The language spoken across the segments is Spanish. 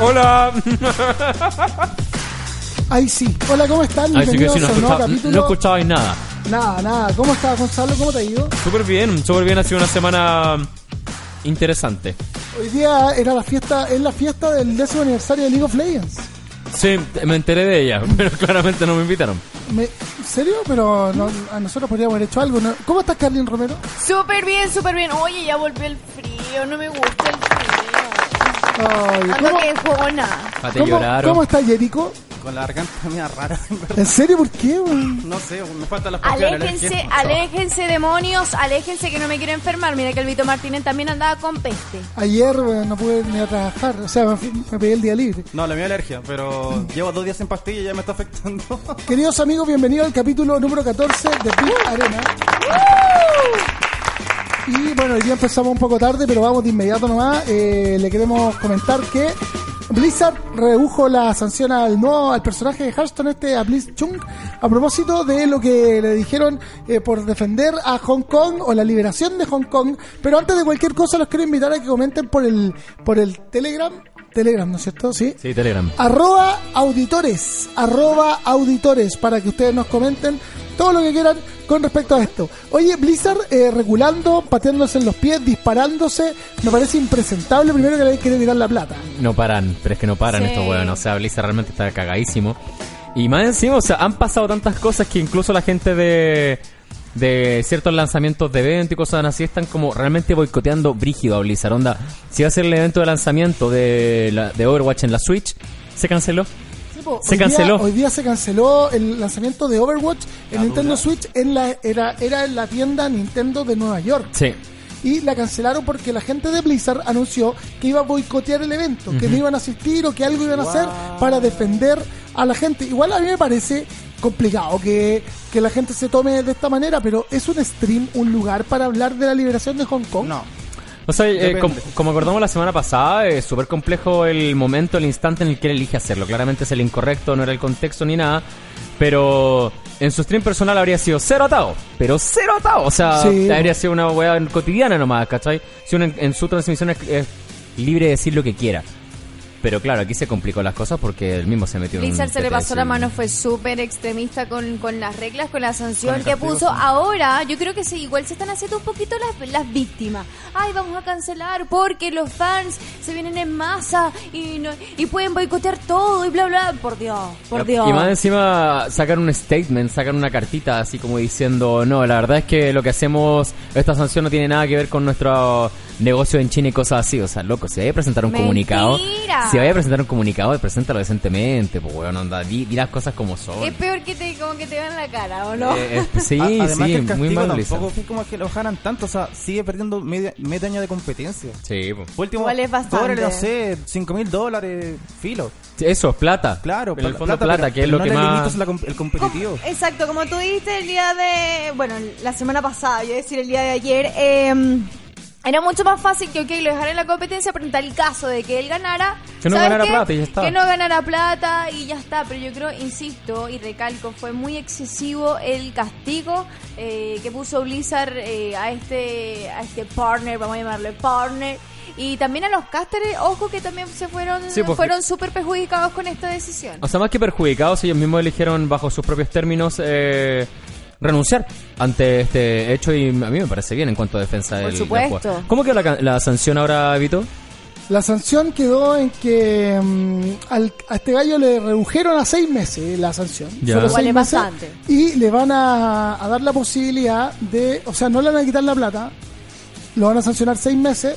Hola. Ahí sí. Hola, ¿cómo están? Ay, sí que sí, Bienvenidos no, a un nuevo escucha- capítulo. no escuchabais nada. Nada, nada. ¿Cómo estás, Gonzalo? ¿Cómo te ha ido? Súper bien, súper bien. Ha sido una semana interesante. Hoy día era la fiesta, es la fiesta del décimo aniversario de League of Legends. Sí, me enteré de ella, pero claramente no me invitaron. Me, ¿en ¿Serio? Pero no- a nosotros podríamos haber hecho algo. ¿no? ¿Cómo estás, Carlin Romero? Súper bien, súper bien. Oye, ya volvió el frío. No me gusta el frío. Ay, Ando ¿cómo, quejona. Pate cómo- lloraron. cómo estás, Jerico? Con la garganta mía rara, en verdad. ¿En serio? ¿Por qué? weón? No sé, me faltan las pasiones. Aléjense, aléjense, demonios. Aléjense que no me quiero enfermar. Mira que el Vito Martínez también andaba con peste. Ayer weón, no pude ni a trabajar. O sea, me, fui- me pedí el día libre. No, la mía alergia, pero llevo dos días en pastilla y ya me está afectando. Queridos amigos, bienvenidos al capítulo número 14 de Big Arena. Y bueno, hoy día empezamos un poco tarde, pero vamos de inmediato nomás. Eh, le queremos comentar que Blizzard redujo la sanción al nuevo, al personaje de Hearthstone, este a Blizz Chung, a propósito de lo que le dijeron eh, por defender a Hong Kong o la liberación de Hong Kong. Pero antes de cualquier cosa, los quiero invitar a que comenten por el, por el Telegram. Telegram, ¿no es cierto? Sí. Sí, Telegram. Arroba auditores, arroba auditores, para que ustedes nos comenten todo lo que quieran con respecto a esto. Oye, Blizzard eh, regulando, pateándose en los pies, disparándose, me parece impresentable primero que le quiere tirar la plata. No paran, pero es que no paran Sí. estos weón. O sea, Blizzard realmente está cagadísimo. Y más encima, o sea, han pasado tantas cosas que incluso la gente de, de ciertos lanzamientos de eventos y cosas así están como realmente boicoteando brígido a Blizzard. Onda, si va a ser el evento de lanzamiento de, la- de Overwatch en la Switch, se canceló. Se Hoy día- canceló. hoy día se canceló el lanzamiento de Overwatch en Nintendo Switch, en la, era, era en la tienda Nintendo de Nueva York. Sí. y la cancelaron porque la gente de Blizzard anunció que iba a boicotear el evento, que no iban a asistir o que algo iban a hacer para defender a la gente. Igual a mí me parece complicado que, que la gente se tome de esta manera, pero ¿es un stream un lugar para hablar de la liberación de Hong Kong? No. O sea, eh, Depende. com- como acordamos la semana pasada, es súper complejo el momento, el instante en el que él elige hacerlo. Claramente es el incorrecto, no era el contexto ni nada. Pero en su stream personal habría sido cero atado. Pero cero atado. O sea, Sí. habría sido una weá cotidiana nomás, ¿cachai? Si uno en, en su transmisión es, es libre de decir lo que quiera. Pero claro, aquí se complicó las cosas porque él mismo se metió en un Blizzard se le tete pasó la así. mano, fue súper extremista con, con las reglas, con la sanción Con el que castigo, puso. sí. Ahora, yo creo que sí, igual se están haciendo un poquito las, las víctimas. Ay, vamos a cancelar porque los fans se vienen en masa y, no- y pueden boicotear todo y bla, bla. Por Dios, por Y Dios. más encima sacan un statement, sacan una cartita así como diciendo, no, la verdad es que lo que hacemos, esta sanción no tiene nada que ver con nuestro negocio en China y cosas así. O sea, loco, si vaya a presentar un comunicado, Mentira. si vaya a presentar un comunicado, preséntalo decentemente, pues bueno, anda, di, di las cosas como son. Es peor que te, como que te vean la cara, ¿o no? Eh, eh, sí, A- además que sí, el castigo muy mal Blizzard. tampoco fue como que lo bajaran tanto, o sea, sigue perdiendo media, media año de competencia. Sí, pues. Por último, Igual es bastante. cóbrale, no sé, 5 mil dólares, filo. Eso, es plata. Claro, en el pla- fondo plata, pero- que es lo pero no que le más... limites la com- el competitivo. Exacto, como tú dijiste el día de, bueno, la semana pasada, yo iba a decir el día de ayer, eh, era mucho más fácil que, ok, lo dejara en la competencia, pero en tal caso de que él ganara... Que no ¿sabes ganara qué? plata y ya está. Que no ganara plata y ya está, pero yo creo, insisto y recalco, fue muy excesivo el castigo eh, que puso Blizzard eh, a, este, a este partner, vamos a llamarle partner, y también a los casters, ojo que también se fueron Sí, porque- Ah. fueron súper perjudicados con esta decisión. O sea, más que perjudicados, ellos mismos eligieron bajo sus propios términos eh, renunciar ante este hecho y a mí me parece bien en cuanto a defensa del del supuesto. jugador. ¿Cómo quedó la, ca- la sanción ahora, Vito? La sanción quedó en que mm, al- a este gallo le redujeron a seis meses la sanción. Ya. Solo Igual seis es meses. bastante. Y le van a, a dar la posibilidad de, o sea, no le van a quitar la plata, lo van a sancionar seis meses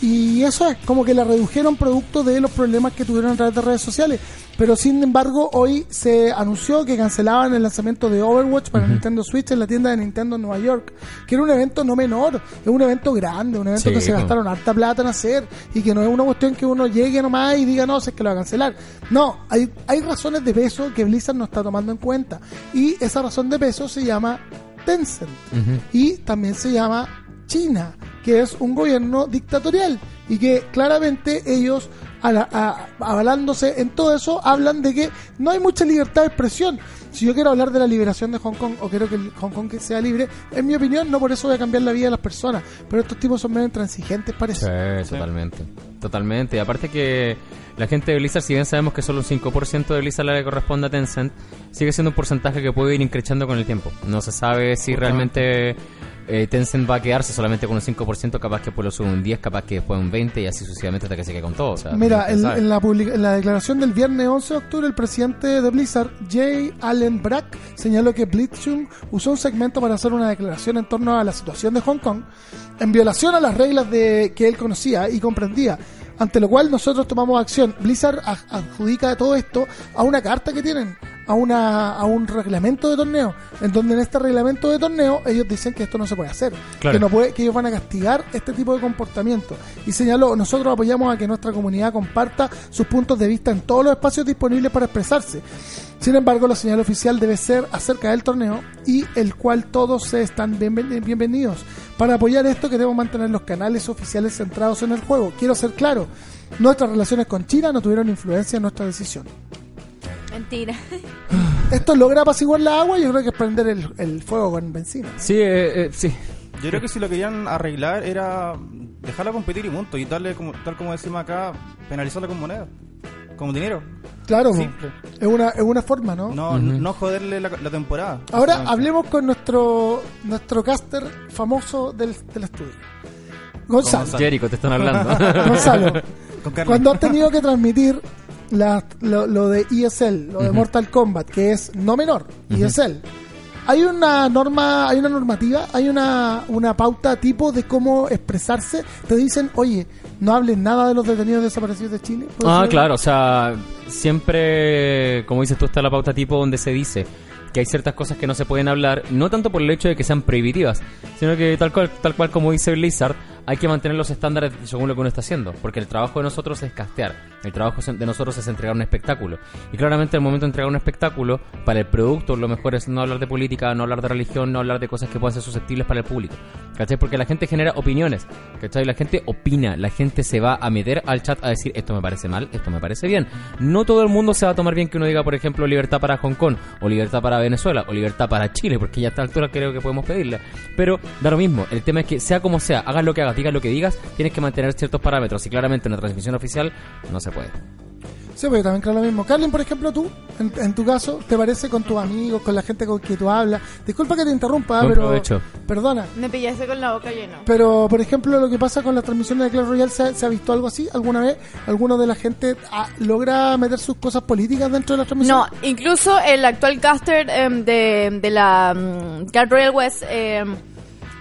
Y eso es como que la redujeron producto de los problemas que tuvieron a través de redes sociales. Pero sin embargo, hoy se anunció que cancelaban el lanzamiento de Overwatch para Nintendo Switch en la tienda de Nintendo en Nueva York, que era un evento no menor, es un evento grande, un evento Sí, que se po. gastaron harta plata en hacer y que no es una cuestión que uno llegue nomás y diga no, sé que lo va a cancelar. No, hay, hay razones de peso que Blizzard no está tomando en cuenta y esa razón de peso se llama Tencent y también se llama China, que es un gobierno dictatorial y que claramente ellos a la- a- avalándose en todo eso hablan de que no hay mucha libertad de expresión. Si yo quiero hablar de la liberación de Hong Kong o quiero que el Hong Kong que sea libre, en mi opinión no por eso voy a cambiar la vida de las personas, pero estos tipos son medio intransigentes Sí, parece. totalmente. Totalmente. Y aparte que la gente de Blizzard, si bien sabemos que solo un 5% de Blizzard le corresponde a Tencent, sigue siendo un porcentaje que puede ir increciendo con el tiempo. No se sabe si realmente eh, Tencent va a quedarse solamente con un 5%, capaz que después lo sube un 10, capaz que después un 20 y así sucesivamente hasta que se quede con todo. O sea, Mira, quién en, sabe. en la, public- en la declaración del viernes 11 de octubre, el presidente de Blizzard, Jay Allen Brack, señaló que Blitzchung usó un segmento para hacer una declaración en torno a la situación de Hong Kong, en violación a las reglas de que él conocía y comprendía, ante lo cual nosotros tomamos acción. Blizzard aj- adjudica todo esto a una carta que tienen, a, una, a un reglamento de torneo, en donde en este reglamento de torneo ellos dicen que esto no se puede hacer, Claro. que no puede- que ellos van a castigar este tipo de comportamiento. Y señaló, nosotros apoyamos a que nuestra comunidad comparta sus puntos de vista en todos los espacios disponibles para expresarse. Sin embargo, la señal oficial debe ser acerca del torneo y el cual todos se están bienven- bienvenidos. Para apoyar esto queremos mantener los canales oficiales centrados en el juego. Quiero ser claro, nuestras relaciones con China no tuvieron influencia en nuestra decisión. Mentira. Esto logra apaciguar la agua y yo creo que es prender el, el fuego con benzina. Sí, eh, eh, sí. Yo creo que si lo querían arreglar era dejarla competir y punto. Y darle, como, tal como decimos acá, penalizarla con moneda. Con dinero. Claro, Simple. es una, es una forma, ¿no? No, no joderle la, la temporada. Ahora hablemos con nuestro nuestro caster famoso del, del estudio. Gonzalo. Jericho, te están hablando. Gonzalo. Con Carly. ah, Cuando has tenido que transmitir la- lo, lo de ESL, lo de Mortal Kombat, que es no menor, ESL, hay una norma, hay una normativa, hay una, una pauta tipo de cómo expresarse. Te dicen, oye, no hables nada de los detenidos desaparecidos de Chile. ¿Puede Ah, ser? claro, o sea, siempre, como dices tú, está la pauta tipo donde se dice que hay ciertas cosas que no se pueden hablar, no tanto por el hecho de que sean prohibitivas, sino que tal cual, tal cual como dice Blizzard, hay que mantener los estándares según lo que uno está haciendo, porque el trabajo de nosotros es castear, el trabajo de nosotros es entregar un espectáculo, y claramente el momento de entregar un espectáculo, para el producto lo mejor es no hablar de política, no hablar de religión, no hablar de cosas que puedan ser susceptibles para el público, ¿cachai? Porque la gente genera opiniones, ¿cachai? La gente opina, la gente se va a meter al chat a decir esto me parece mal, esto me parece bien. No todo el mundo se va a tomar bien que uno diga, por ejemplo, libertad para Hong Kong, o libertad para Venezuela, o libertad para Chile, porque ya a esta altura creo que podemos pedirle. Pero da lo mismo, el tema es que sea como sea, hagas lo que hagas, digas lo que digas, tienes que mantener ciertos parámetros y claramente en la transmisión oficial no se puede. Sí, pero también creo lo mismo. Carlin, por ejemplo, tú, en, en tu caso, ¿te parece con tus amigos, con la gente con que tú hablas? Disculpa que te interrumpa, Buen pero... provecho. Perdona. Me pillaste con la boca llena. Pero, por ejemplo, lo que pasa con las transmisiones de Clash Royale, ¿se, ha- se ha visto algo así? ¿Alguna vez alguno de la gente ah, logra meter sus cosas políticas dentro de las No, transmisiones? incluso el actual caster em, de, de la mm, Cat Royal West em,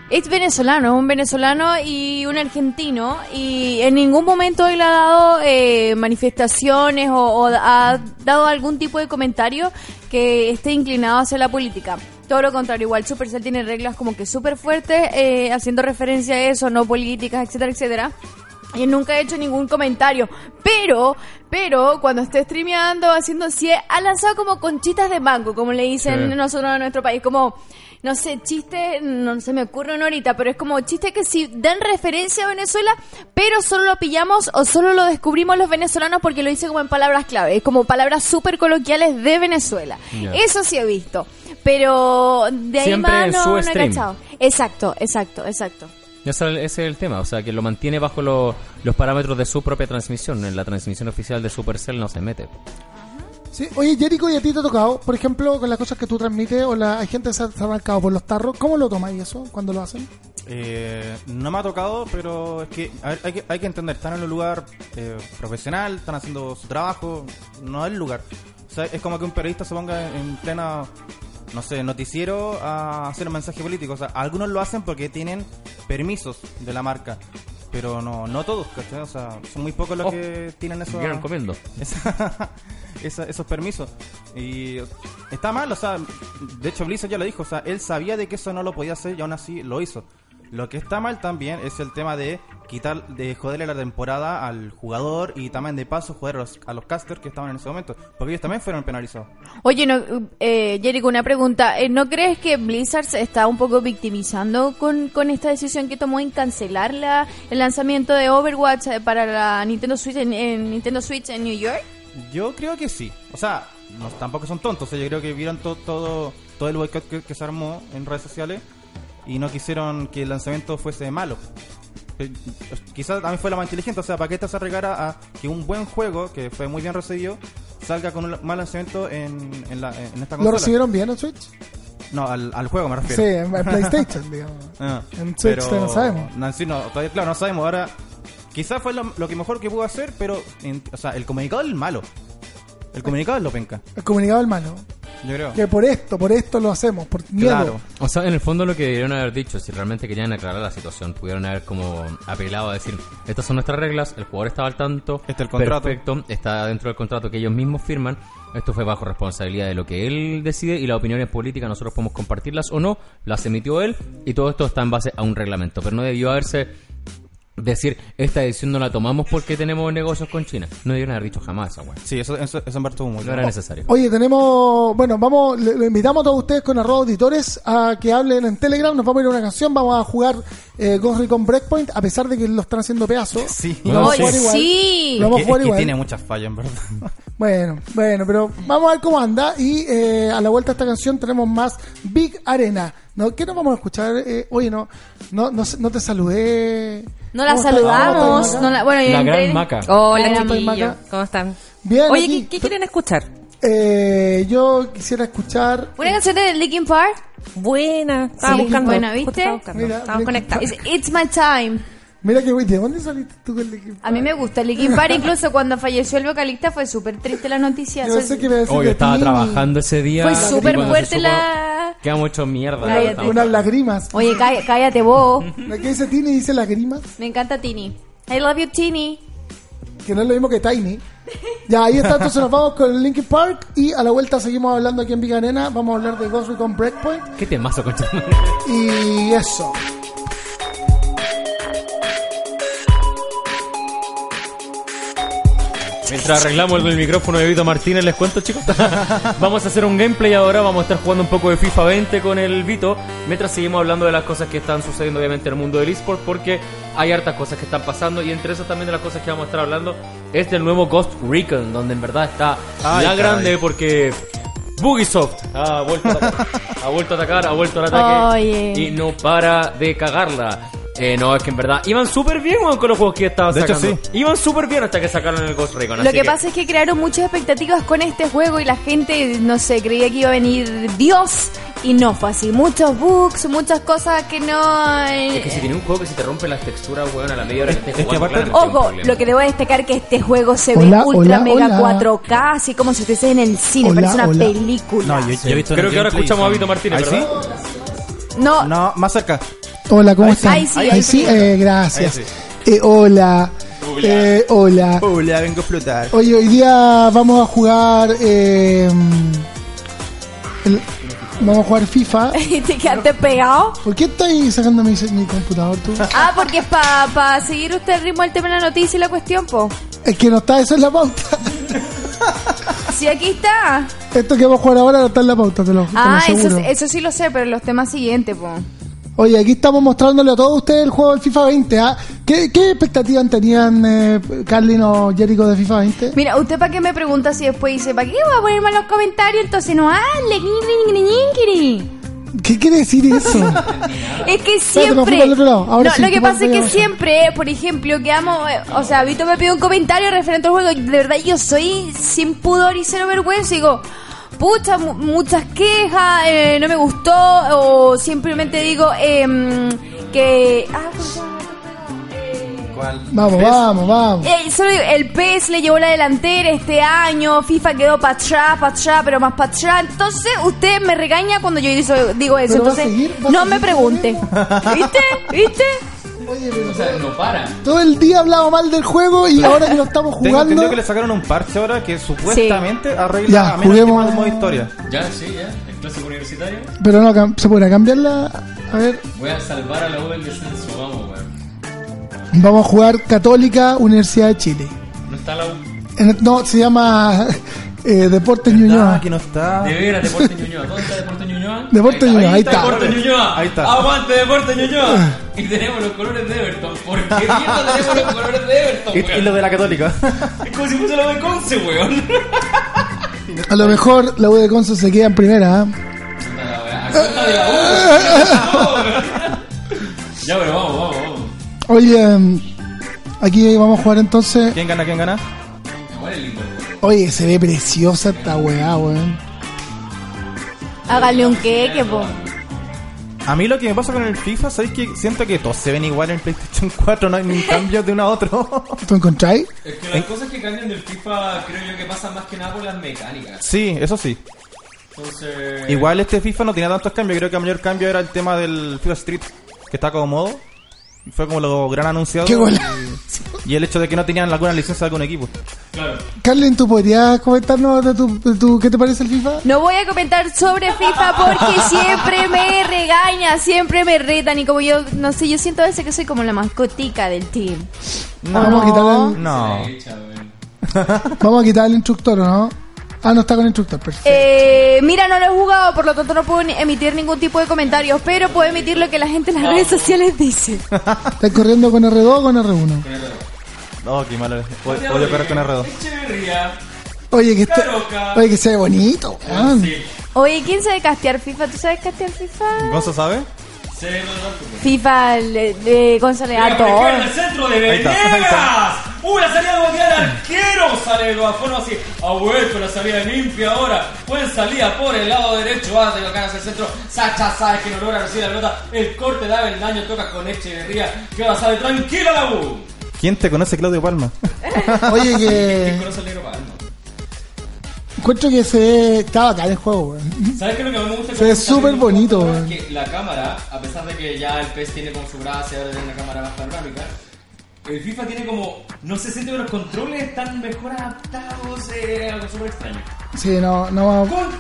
es venezolano, es un venezolano y un argentino y en ningún momento él ha dado eh, manifestaciones o, o ha dado algún tipo de comentario que esté inclinado hacia la política. Todo lo contrario, igual Supercell tiene reglas como que súper fuertes eh, haciendo referencia a eso, no políticas, etcétera, etcétera. Y nunca he hecho ningún comentario. Pero, pero, cuando esté streameando, haciendo así, ha lanzado como conchitas de banco, como le dicen Sí. nosotros en nuestro país. Como, no sé, chistes, no se me ocurre uno ahorita, pero es como chistes que sí dan referencia a Venezuela, pero solo lo pillamos o solo lo descubrimos los venezolanos porque lo hice como en palabras clave, como palabras súper coloquiales de Venezuela. Ya. Eso sí he visto. Pero de ahí Siempre más en no, su no he stream. cachado. Exacto, exacto, exacto. Ese es el- ese es el tema, o sea, que lo mantiene bajo lo- los parámetros de su propia transmisión. En la transmisión oficial de Supercell no se mete. Sí. Oye, Jericho, ¿y a ti te ha tocado, por ejemplo, con las cosas que tú transmites o la hay gente que se ha se ha arrancado por los tarros? ¿Cómo lo tomáis eso cuando lo hacen? Eh, no me ha tocado, pero es que, a ver, hay, que hay que entender, están en un lugar eh, profesional, están haciendo su trabajo, no es el lugar. O sea, es como que un periodista se ponga en, en plena, no sé, noticiero a hacer un mensaje político. O sea, algunos lo hacen porque tienen permisos de la marca. Pero no, no todos, ¿cachai? O sea, son muy pocos los Oh, que tienen esos, Yo recomiendo. esa- esa- esos permisos. Y está mal, o sea, de hecho Blizzard ya lo dijo, o sea, él sabía de que eso no lo podía hacer y aún así lo hizo. Lo que está mal también es el tema de quitar, de joderle la temporada al jugador y también de paso joder a los, a los casters que estaban en ese momento, porque ellos también fueron penalizados. Oye, no, eh, Jericho, una pregunta. Eh, ¿No crees que Blizzard se está un poco victimizando con, con esta decisión que tomó en cancelar la, el lanzamiento de Overwatch eh, para la Nintendo Switch en, en Nintendo Switch en New York? Yo creo que sí. O sea, no, tampoco son tontos. O sea, yo creo que vieron to- todo, todo el boicot que, que se armó en redes sociales y no quisieron que el lanzamiento fuese malo. Pe- Quizás también fue la más inteligente. O sea, ¿para qué te arregara a que un buen juego, que fue muy bien recibido, salga con un la- mal lanzamiento en, en, la, en esta consola? ¿Lo recibieron bien en Switch? No, al, al juego me refiero. Sí, en en PlayStation, digamos. Ah, En Switch todavía no sabemos. no, sí, no, todavía, claro, no sabemos. Ahora, quizás fue lo, lo que mejor que pudo hacer, pero, en- o sea, el comunicado es el malo. El comunicado es lo penca, El comunicado del malo. yo creo. Que por esto, por esto lo hacemos, por miedo. Claro. O sea, en el fondo lo que deberían haber dicho, si realmente querían aclarar la situación, pudieron haber como apelado a decir, estas son nuestras reglas, el jugador estaba al tanto, Está Este el contrato. perfecto, está dentro del contrato que ellos mismos firman, esto fue bajo responsabilidad de lo que él decide y las opiniones políticas nosotros podemos compartirlas o no, las emitió él y todo esto está en base a un reglamento, pero no debió haberse decir, esta decisión no la tomamos porque tenemos negocios con China, no debieron haber dicho jamás esa weá. Sí, eso, eso, eso en verdad estuvo muy no bien. era necesario. Oye, tenemos. Bueno, vamos. le- Lo invitamos a todos ustedes con arroba auditores a que hablen en Telegram. Nos vamos a ir a una canción. Vamos a jugar eh, Ghost Recon Breakpoint, a pesar de que lo están haciendo pedazos. Sí. Lo vamos a Oye, jugar igual. Lo sí. Es vamos que, a jugar es que igual. tiene muchas fallas, en verdad. Bueno, bueno, pero vamos a ver cómo anda. Y eh, a la vuelta de esta canción tenemos más Big Arena. ¿No? ¿Qué nos vamos a escuchar? Eh, oye, no, no, no, sé- no te saludé. No la ¿Cómo estás? ¿Cómo saludamos. estás, no la, bueno, yo La entré- gran maca. Hola, Hola, estoy chiquillos. Maca. ¿Cómo están? Bien, Oye, aquí. ¿qué, qué quieren escuchar? Eh, yo quisiera escuchar. Una canción de Linkin Park. Buena. Estaba Sí, buscando. buena, ¿viste? Justo Estaba buscando. Mira, Estaban mira. conectados. It's, It's my time. Mira que güey, ¿de dónde saliste tú con el equipo? A mí me gusta Linkin Park. Incluso cuando falleció el vocalista fue súper triste la noticia. Yo Soy- sé que me Hoy estaba trabajando ese día. Fue y súper cuando se fuerte supo- la- Quedamos hecho mierda. Cállate. Estamos- Unas lágrimas. Oye, cá- cállate vos. La que dice Tini dice lágrimas, Me encanta Tini. I love you, Tini. que no es lo mismo que Tiny. Ya, ahí está, entonces nos vamos con Linkin Park y a la vuelta seguimos hablando aquí en Big Arena. Vamos a hablar de Ghost Recon Breakpoint Qué temazo, concha. y eso. Mientras arreglamos el micrófono de Vito Martínez, les cuento, chicos. vamos a hacer un gameplay ahora. Vamos a estar jugando un poco de FIFA 20 con el Vito. Mientras seguimos hablando de las cosas que están sucediendo, obviamente, en el mundo del eSport. Porque hay hartas cosas que están pasando. Y entre esas también de las cosas que vamos a estar hablando es del nuevo Ghost Recon. Donde en verdad está Ay, la caray. grande. Porque Bugisoft ha vuelto a atacar. ha vuelto a atacar, ha vuelto al ataque. Oye. Y no para de cagarla. Eh, no, es que en verdad iban súper bien weón, con los juegos que estaban De hecho, sacando. sí. Iban súper bien hasta que sacaron el Ghost Recon. Lo así que pasa es que crearon muchas expectativas con este juego y la gente, no sé, creía que iba a venir Dios y no fue así. Muchos bugs, muchas cosas que no... eh, Es que si tiene un juego que se te rompe las texturas, weón, a la media hora que estés es que jugando, aparte- claramente es un Ojo, problema. lo que debo destacar que este juego se Hola, ve ultra hola, mega hola. 4K, así como si estuviese en el cine, Hola, parece una hola. película. yo, he visto Creo que ahora escuchamos a Vito Martínez, ¿Ahí ¿Ah, sí? ¿verdad? No, No, más cerca. Hola, ¿cómo están? ahí sí, ahí sí. eh, gracias. Ahí Eh, hola. Eh, hola. Hola, vengo a explotar. Oye, hoy día vamos a jugar. eh, el- vamos a jugar FIFA. y te quedaste pegado. ¿Por qué estoy sacando mi, mi computador tú? Ah, porque es para seguir usted el ritmo del tema de la noticia y la cuestión, po. Es que no está, eso es la pauta. Sí, aquí está. Esto que vamos a jugar ahora no está en la pauta, te lo, te lo Ah, eso, aseguro. eso sí lo sé, pero los temas siguientes, po. Oye, aquí estamos mostrándole a todos ustedes el juego del FIFA 20. ¿ah? ¿Qué, qué expectativas tenían eh, Carlin o Jericho de FIFA 20? Mira, usted para qué me pregunta si después dice, ¿para qué voy a poner malos comentarios? Entonces no hable. ni, ni, ni, ni, ni". ¿Qué quiere decir eso? Es que me fui siempre. para el otro lado. Ahora no, sí, lo tú que puedes pasa ver es que ahora. siempre, eh, por ejemplo, quedamos. eh, o sea, Vito me pide un comentario referente al juego. y De verdad, yo soy sin pudor y cero vergüenza. Y digo, pucha, mu- muchas quejas, eh, no me gustó. O simplemente digo, em, que. Ah, ¿cómo se llama? Vamos, vamos, vamos. Eh, solo digo, el PES le llevó la delantera este año, FIFA quedó para atrás, para atrás, pero más para atrás. Entonces usted me regaña cuando yo hizo- digo eso. Pero va a Entonces seguir, va a no me seguir pregunte. con ¿Viste? ¿Viste? Oye, pero O sea, no para. todo el día hablaba mal del juego y ahora que lo estamos Tengo entendido jugando. que le sacaron un parche ahora que supuestamente arregla Ya, a menos que juguemos. más modo historia. Ya, sí, ya. El clásico universitario. Pero no, cam- se podrá cambiarla. A ver, Voy a salvar a la U del descenso, vamos, weón. vamos a jugar Católica Universidad de Chile. No está la U. En- no, se llama eh, Deportes Ah, Ñuñoa. aquí no está. Debe ir a Deporte Ñuñoa. ¿Dónde está Deporte Ñuñoa? Deporte Ahí Ñuñoa, ahí está. Deporte Ñuñoa. Ahí está. Aguante Deporte Ñuñoa. Y tenemos los colores de Everton. ¿Por qué mierda tenemos los colores de Everton, Y, weón? y lo de la católica. Es como si fuese la de Conce, weón. A lo mejor la U de Conso se queda en primera. ¿ah? Puta la weá. ¿A cuenta de la U? No, weón. Ya, pero vamos, vamos, vamos. Oye, em, aquí vamos a jugar entonces. ¿Quién gana? ¿Quién gana? Igual es lindo, weón. Oye, se ve preciosa esta weá, weón. Hágale un queque, po. A mí lo que me pasa con el FIFA, ¿sabéis que siento que todos se ven igual en PlayStation 4? No hay ni cambios de uno a otro. ¿Tú encontráis? Es que las cosas que cambian del FIFA creo yo que pasan más que nada por las mecánicas. sí, eso sí. Entonces... Igual este FIFA no tenía tantos cambios. Creo que el mayor cambio era el tema del FIFA Street, que está como modo. Fue como lo gran anunciado. Qué bola. Y el hecho de que no tenían alguna licencia de algún equipo. Claro. Carlin, ¿tú podrías comentarnos de tu, de tu- qué te parece el FIFA? No voy a comentar sobre FIFA porque siempre me regaña, siempre me retan y como yo, no sé, yo siento a veces que soy como la mascotica del team. Vamos, a ¿Ah? quitar el, No. Echa, weón. vamos a quitar el instructor, ¿o ¿no? Ah, no está con el instructor, perfecto. Eh, mira, no lo he jugado, por lo tanto no puedo ni- emitir ningún tipo de comentarios, pero puedo emitir lo que la gente en las redes sociales dice. ¿Estás corriendo con R2 o con R1? No, Oh, qué malo. O- Odio correr con Herredo. Echeverría. Oye, que, este- Caroca. oye, que se ve bonito, weón. Sí. Oye, ¿quién sabe castear FIFA? ¿Tú sabes castear FIFA? ¿Gonzo sabe? Se lo da por- FIFA le- de González a todo. Recuerda el centro de Ahí está, ahí Venegas. está. Una salida mundial arquero sale de todas formas así. Ha vuelto la salida limpia ahora. Buen salida por el lado derecho. Va de acá hacia el centro. Sacha Sáez que no logra recibir la pelota. El corte da el daño. Toca con Echeverría. Que va a salir tranquila la U. ¿Quién te conoce, Claudio Palma? Oye, ¿Quién que conoce al negro Palma? encuentro que se ve... Está bacán el juego, weón. ¿Sabes qué es lo que más me gusta? Se ve súper bonito, eh. Es weón. que la cámara, a pesar de que ya el PES tiene configurada, se ahora tiene una cámara más panorámica, el FIFA tiene como. No se siente que los controles están mejor adaptados, eh, algo súper extraño. Sí, no, no... ¡Gol! ¡Gol!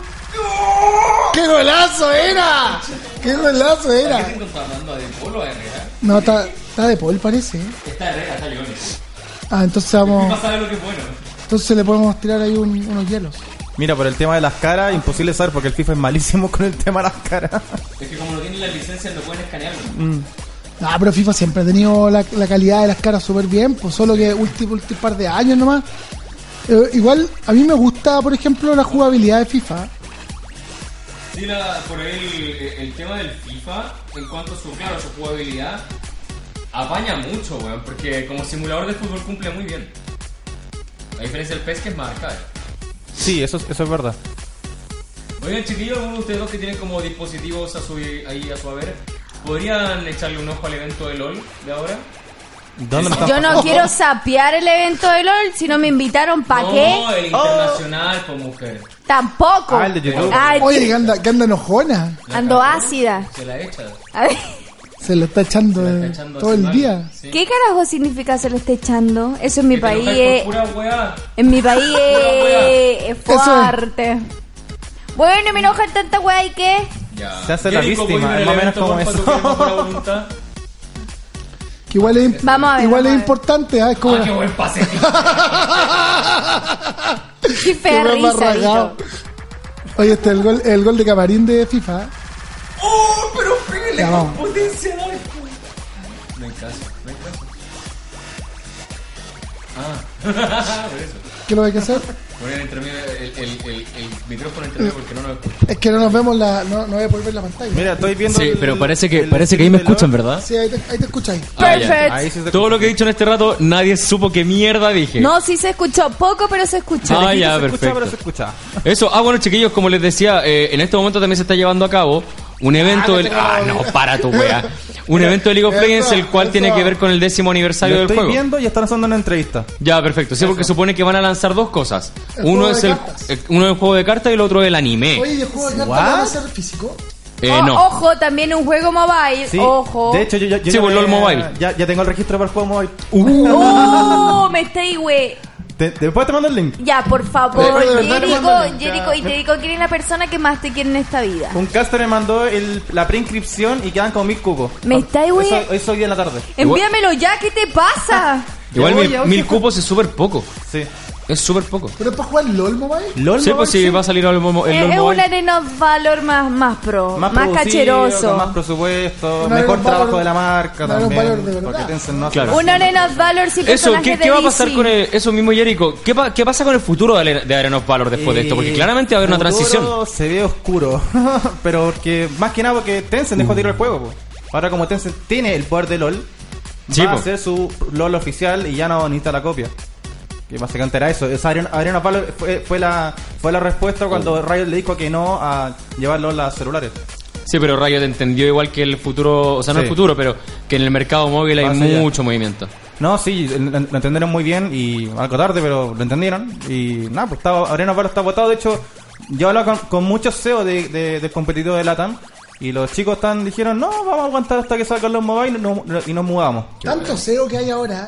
¡Qué golazo era! ¡Qué golazo ¿Qué era! te contratando a De Polo a Herrera? No, está, está de Paul, parece. ¿eh? Está Herrera, está Leones. Ah, entonces FIFA vamos... sabe lo que es bueno. Entonces le podemos tirar ahí un- unos hielos. Mira, por el tema de las caras, imposible saber porque el FIFA es malísimo con el tema de las caras. Es que como no tienen la licencia, no pueden escanearlo. Ah, pero FIFA siempre ha tenido la, la calidad de las caras súper bien, pues solo que último, último par de años nomás. Eh, igual, a mí me gusta, por ejemplo, la jugabilidad de FIFA. Sí, la- por ahí el, el tema del FIFA, en cuanto a su, claro, su jugabilidad, apaña mucho, weón, porque como simulador de fútbol cumple muy bien. A diferencia del PES que es eh. más arcade. Sí, eso, es- eso es verdad. Oigan, chiquillos, algunos de ustedes dos que tienen como dispositivos a su, ahí a su haber, ¿podrían echarle un ojo al evento de LOL de ahora? ¿Dónde me están Yo no pasando? quiero sapear el evento de LOL, si no me invitaron, ¿pa' qué? No, el Oh. internacional con mujer. Tampoco. Ah, el de YouTube. Ah, el- Oye, que anda, que anda enojona. ando ácida. Se la echa. A ver, Se lo está echando, Se la está eh, echando todo así el mal. día. Sí. ¿Qué carajo significa se le está echando? Eso en mi Que te país enojáis es... por Pura weá. En mi país es, es Eso es. fuerte. Bueno, me enojan tanta weá y qué. Ya. Se hace la Jericho, víctima, ¿puedes ver el más o menos evento, como porfa, tú que eres eso. más buena voluntad? Que igual es, imp- Vamos a ver, igual vamos es a ver. importante, ¿ah? Es como... Ah, qué buen pase. Qué fea Qué buen risa, barragao. Vito. Oye, este el gol, el gol de camarín de FIFA. ¡Oh, pero pégale Ya con vamos. potencia! No hay caso, no hay caso. Ah, por eso. ¿Qué lo hay que hacer? Poner entre medio el, el, el, el micrófono entre medio porque no lo escucho. Es que no nos vemos la... No, no voy a poder ver la pantalla. Mira, estoy viendo. el- el ahí me escuchan, ¿verdad? Ah, Sí, ahí te, ahí te escucháis. Perfect. Ahí sí se lo que he dicho en este rato, nadie supo qué mierda dije. No, sí se escuchó poco, pero se escuchó. Ah, ya, se escucha, perfecto. pero se escucha. Eso, ah, bueno, chiquillos, como les decía, eh, en este momento también se está llevando a cabo un evento del. Ah, no, para tu wea. Un evento de League of eso, Legends, el cual eso. tiene que ver con el décimo aniversario Lo del estoy juego. viendo y están haciendo una entrevista. Ya, perfecto. Sí, porque supone que van a lanzar dos cosas. El Uno juego es de el, cartas. el- uno es el juego de cartas y el otro el anime. Oye, ¿y el juego de cartas What? lo van a hacer físico? Eh, O- no. Oh, ah, Ojo, también un juego mobile. Sí, Ojo. De hecho, yo, yo, yo Sí, ya pues, me- LOL Mobile. Uh. Ya, ya tengo el registro para el juego mobile. ¡Oh! Me estoy, güey. Te- después te mando el link. Ya, por favor, Oye, de verdad, Jericho, mándale, Jericho, ya. y te digo quién es la persona que más te quiere en esta vida. Un caster me mandó el- la preinscripción y quedan como mil cubos. Me estáis, Eso- güey. Hoy soy día en la tarde. Envíamelo ya, ¿qué te pasa? Igual Igual mi- mil, cupos es súper poco. Sí. Es súper poco. ¿Pero es para jugar LOL Mobile? LOL Sí, pues sí, Mobile, va a salir el, momo- el Eh, Es- LOL es un Mobile. Arena of Valor más, más pro, más, producido, cacheroso. con más presupuesto, Una mejor Iron trabajo Valor- de la marca una Iron también. Valor de verdad. Porque Tencent no hace Claro. nada. un Arena of Valor sin Eso, personajes ¿qué, de qué va a DC. pasar con el- eso mismo, Jericho? ¿Qué, pa- ¿Qué pasa con el futuro de, Ale- de Arena of Valor después de esto? Porque Eh, claramente va a haber una futuro transición. Se ve oscuro, pero que más que nada porque Tencent dejó tiro el juego. po. Ahora como Tencent tiene el poder de LOL, Sí, va a po. hacer su LOL oficial y ya no necesita la copia. Que básicamente era eso. Esa Arena, Arena of Valor fue, fue la, fue la respuesta cuando Oh. Riot le dijo que no a llevar LOL a celulares. Sí, pero Riot entendió igual que el futuro, o sea, no Sí. el futuro, pero que en el mercado móvil hay Más allá. mucho movimiento. No, sí, lo lo entendieron muy bien y algo tarde, pero lo entendieron. Y nada, pues estaba, Arena Valor está votado. De hecho, yo he hablado con, con muchos CEOs de, de, del competidor de LATAM y los chicos están, dijeron, no, vamos a aguantar hasta que salgan los mobile y no- y nos mudamos. Tanto SEO que hay ahora.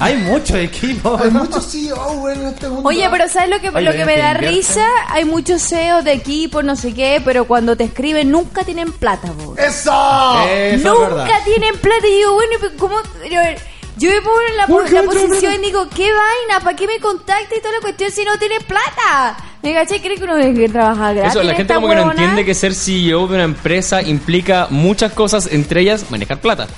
Hay muchos equipos. Hay muchos CEO, güey, en este mundo. Oye, pero ¿sabes lo que, Oye, lo que me que da invierten. risa? Hay muchos CEOs de equipo, no sé qué, pero cuando te escriben nunca tienen plata, vos. ¡Eso! Eso es verdad. Nunca tienen plata. Y digo, bueno, pero ¿cómo? Pero, Yo me pongo en la, po- la posición y digo, ¿qué vaina? ¿Para qué me contacta y toda la cuestión si no tiene plata? Me caché, cree que uno tiene que trabajar gratis. Eso, la en gente esta como que no huevonada? entiende que ser CEO de una empresa implica muchas cosas, entre ellas manejar plata.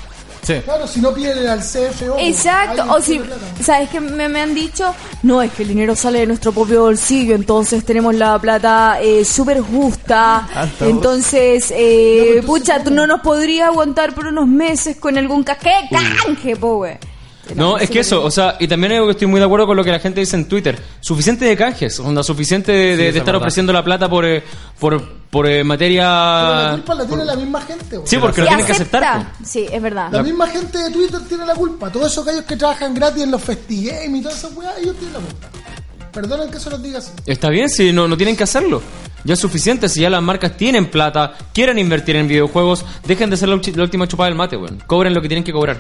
Sí. Claro, si no piden al CFO. Exacto, alguien o que si, tiene plata. ¿sabes que me, me han dicho? No, es que el dinero sale de nuestro propio bolsillo, entonces tenemos la plata eh, súper justa, Ah, Alta voz. entonces, eh, No, pero tú pucha, sí tú no nos podrías aguantar por unos meses con algún ca- ¿Qué canje, po, güey? No, es que eso, o sea, y también algo que estoy muy de acuerdo con lo que la gente dice en Twitter. Suficiente de canjes, onda, suficiente de, de- de eso es estar verdad. ofreciendo la plata por, eh, por, por eh, Pero la materia... culpa la tiene la misma gente, güey. Sí, porque Y lo tienen que acepta. aceptar. po. Sí, es Ah. verdad. La, misma gente de Twitter tiene la culpa. Todos esos gallos que trabajan gratis en los festigames y todas esas weas, ellos tienen la culpa. Perdonen que se los diga así. Está bien, si no, no tienen que hacerlo. Ya es suficiente, si ya las marcas tienen plata, quieren invertir en videojuegos, dejen de ser la, ulti- la última chupada del mate, weón. Cobren lo que tienen que cobrar.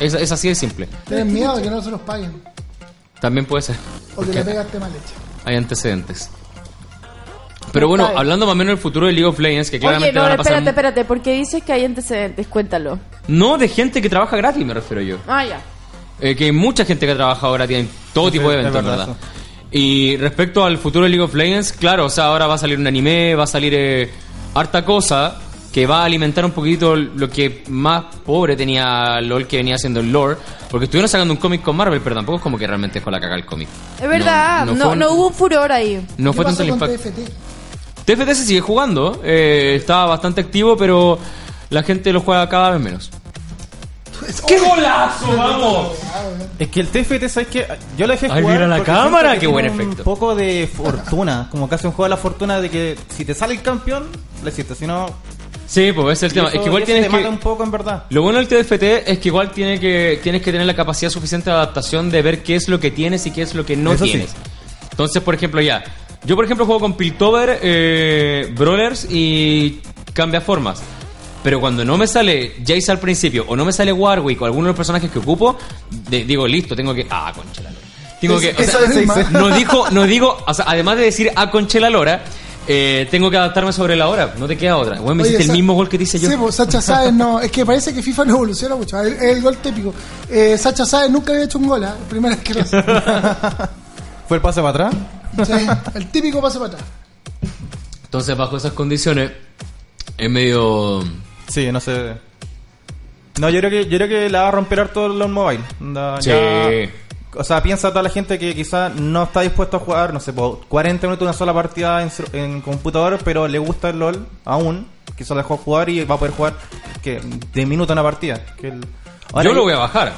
Es, es así de simple. Tienen miedo de que no se los paguen. También puede ser. O que Porque la pega esté mal hecha. hay antecedentes. Pero bueno, hablando más o menos del futuro de League of Legends, que claramente Oye, no, van a pasar... espérate, espérate, porque dices que hay antecedentes, cuéntalo. No de gente que trabaja gratis, me refiero yo. Ah, ya. Eh, que hay mucha gente que ha trabajado ahora tiene todo Sí, tipo de es eventos, verdad, ¿verdad? Y respecto al futuro de League of Legends, claro, o sea, ahora va a salir un anime, va a salir eh, harta cosa que va a alimentar un poquito lo que más pobre tenía LOL que venía haciendo el lore, porque estuvieron sacando un cómic con Marvel, pero tampoco es como que realmente dejó la caga el cómic. Es verdad, no, fue un- no hubo un furor ahí. no ¿Qué fue tanto pasó el con impacto. TFT? TFT se sigue jugando, eh, está bastante activo, pero la gente lo juega cada vez menos. ¡Qué golazo, vamos! Es que el TFT, ¿sabes qué? Yo lo dejé Ay, jugar. mira la porque cámara, siento que qué tiene buen un efecto. poco de fortuna, como que hace un juego de la fortuna de que si te sale el campeón, le hiciste, si no... Sí, pues ese es el tema. y eso- es que y igual eso tienes te mata que... un poco en verdad. Lo bueno del TFT es que igual tiene que, tienes que tener la capacidad suficiente de adaptación de ver qué es lo que tienes y qué es lo que no Eso sí. tienes. Entonces, por ejemplo, ya. Yo, por ejemplo, juego con Piltover, eh, Brawlers y cambia formas. Pero cuando no me sale Jace al principio o no me sale Warwick o alguno de los personajes que ocupo, de- digo, listo, tengo que... Ah, concha la lora. Tengo que... o Eso sea, es más. no dijo, no digo, o sea, además de decir ah, concha la lora, eh, tengo que adaptarme sobre la hora. No te queda otra. Bueno, me Oye, hiciste Sa- el mismo gol que te hice yo. Sí, pues Sacha Sáez no. Es que parece que FIFA no evoluciona mucho. Es el, es el gol típico. Eh, Sacha Sáez nunca había hecho un gol, ¿ah? Primera vez que lo hace. ¿Fue el pase para atrás? Sí, el típico pase para atrás. Entonces, bajo esas condiciones, es medio. Sí, no sé. No, yo creo que, yo creo que la va a romper harto el LOL Mobile. Onda, Sí. ya- o sea, piensa toda la gente que quizás no está dispuesto a jugar, no sé, po, 40 minutos una sola partida en, cel- en computador, pero le gusta el LOL aún. Quizás la dejó jugar y va a poder jugar que de minuto una partida. que el- Ahora, yo lo voy a bajar.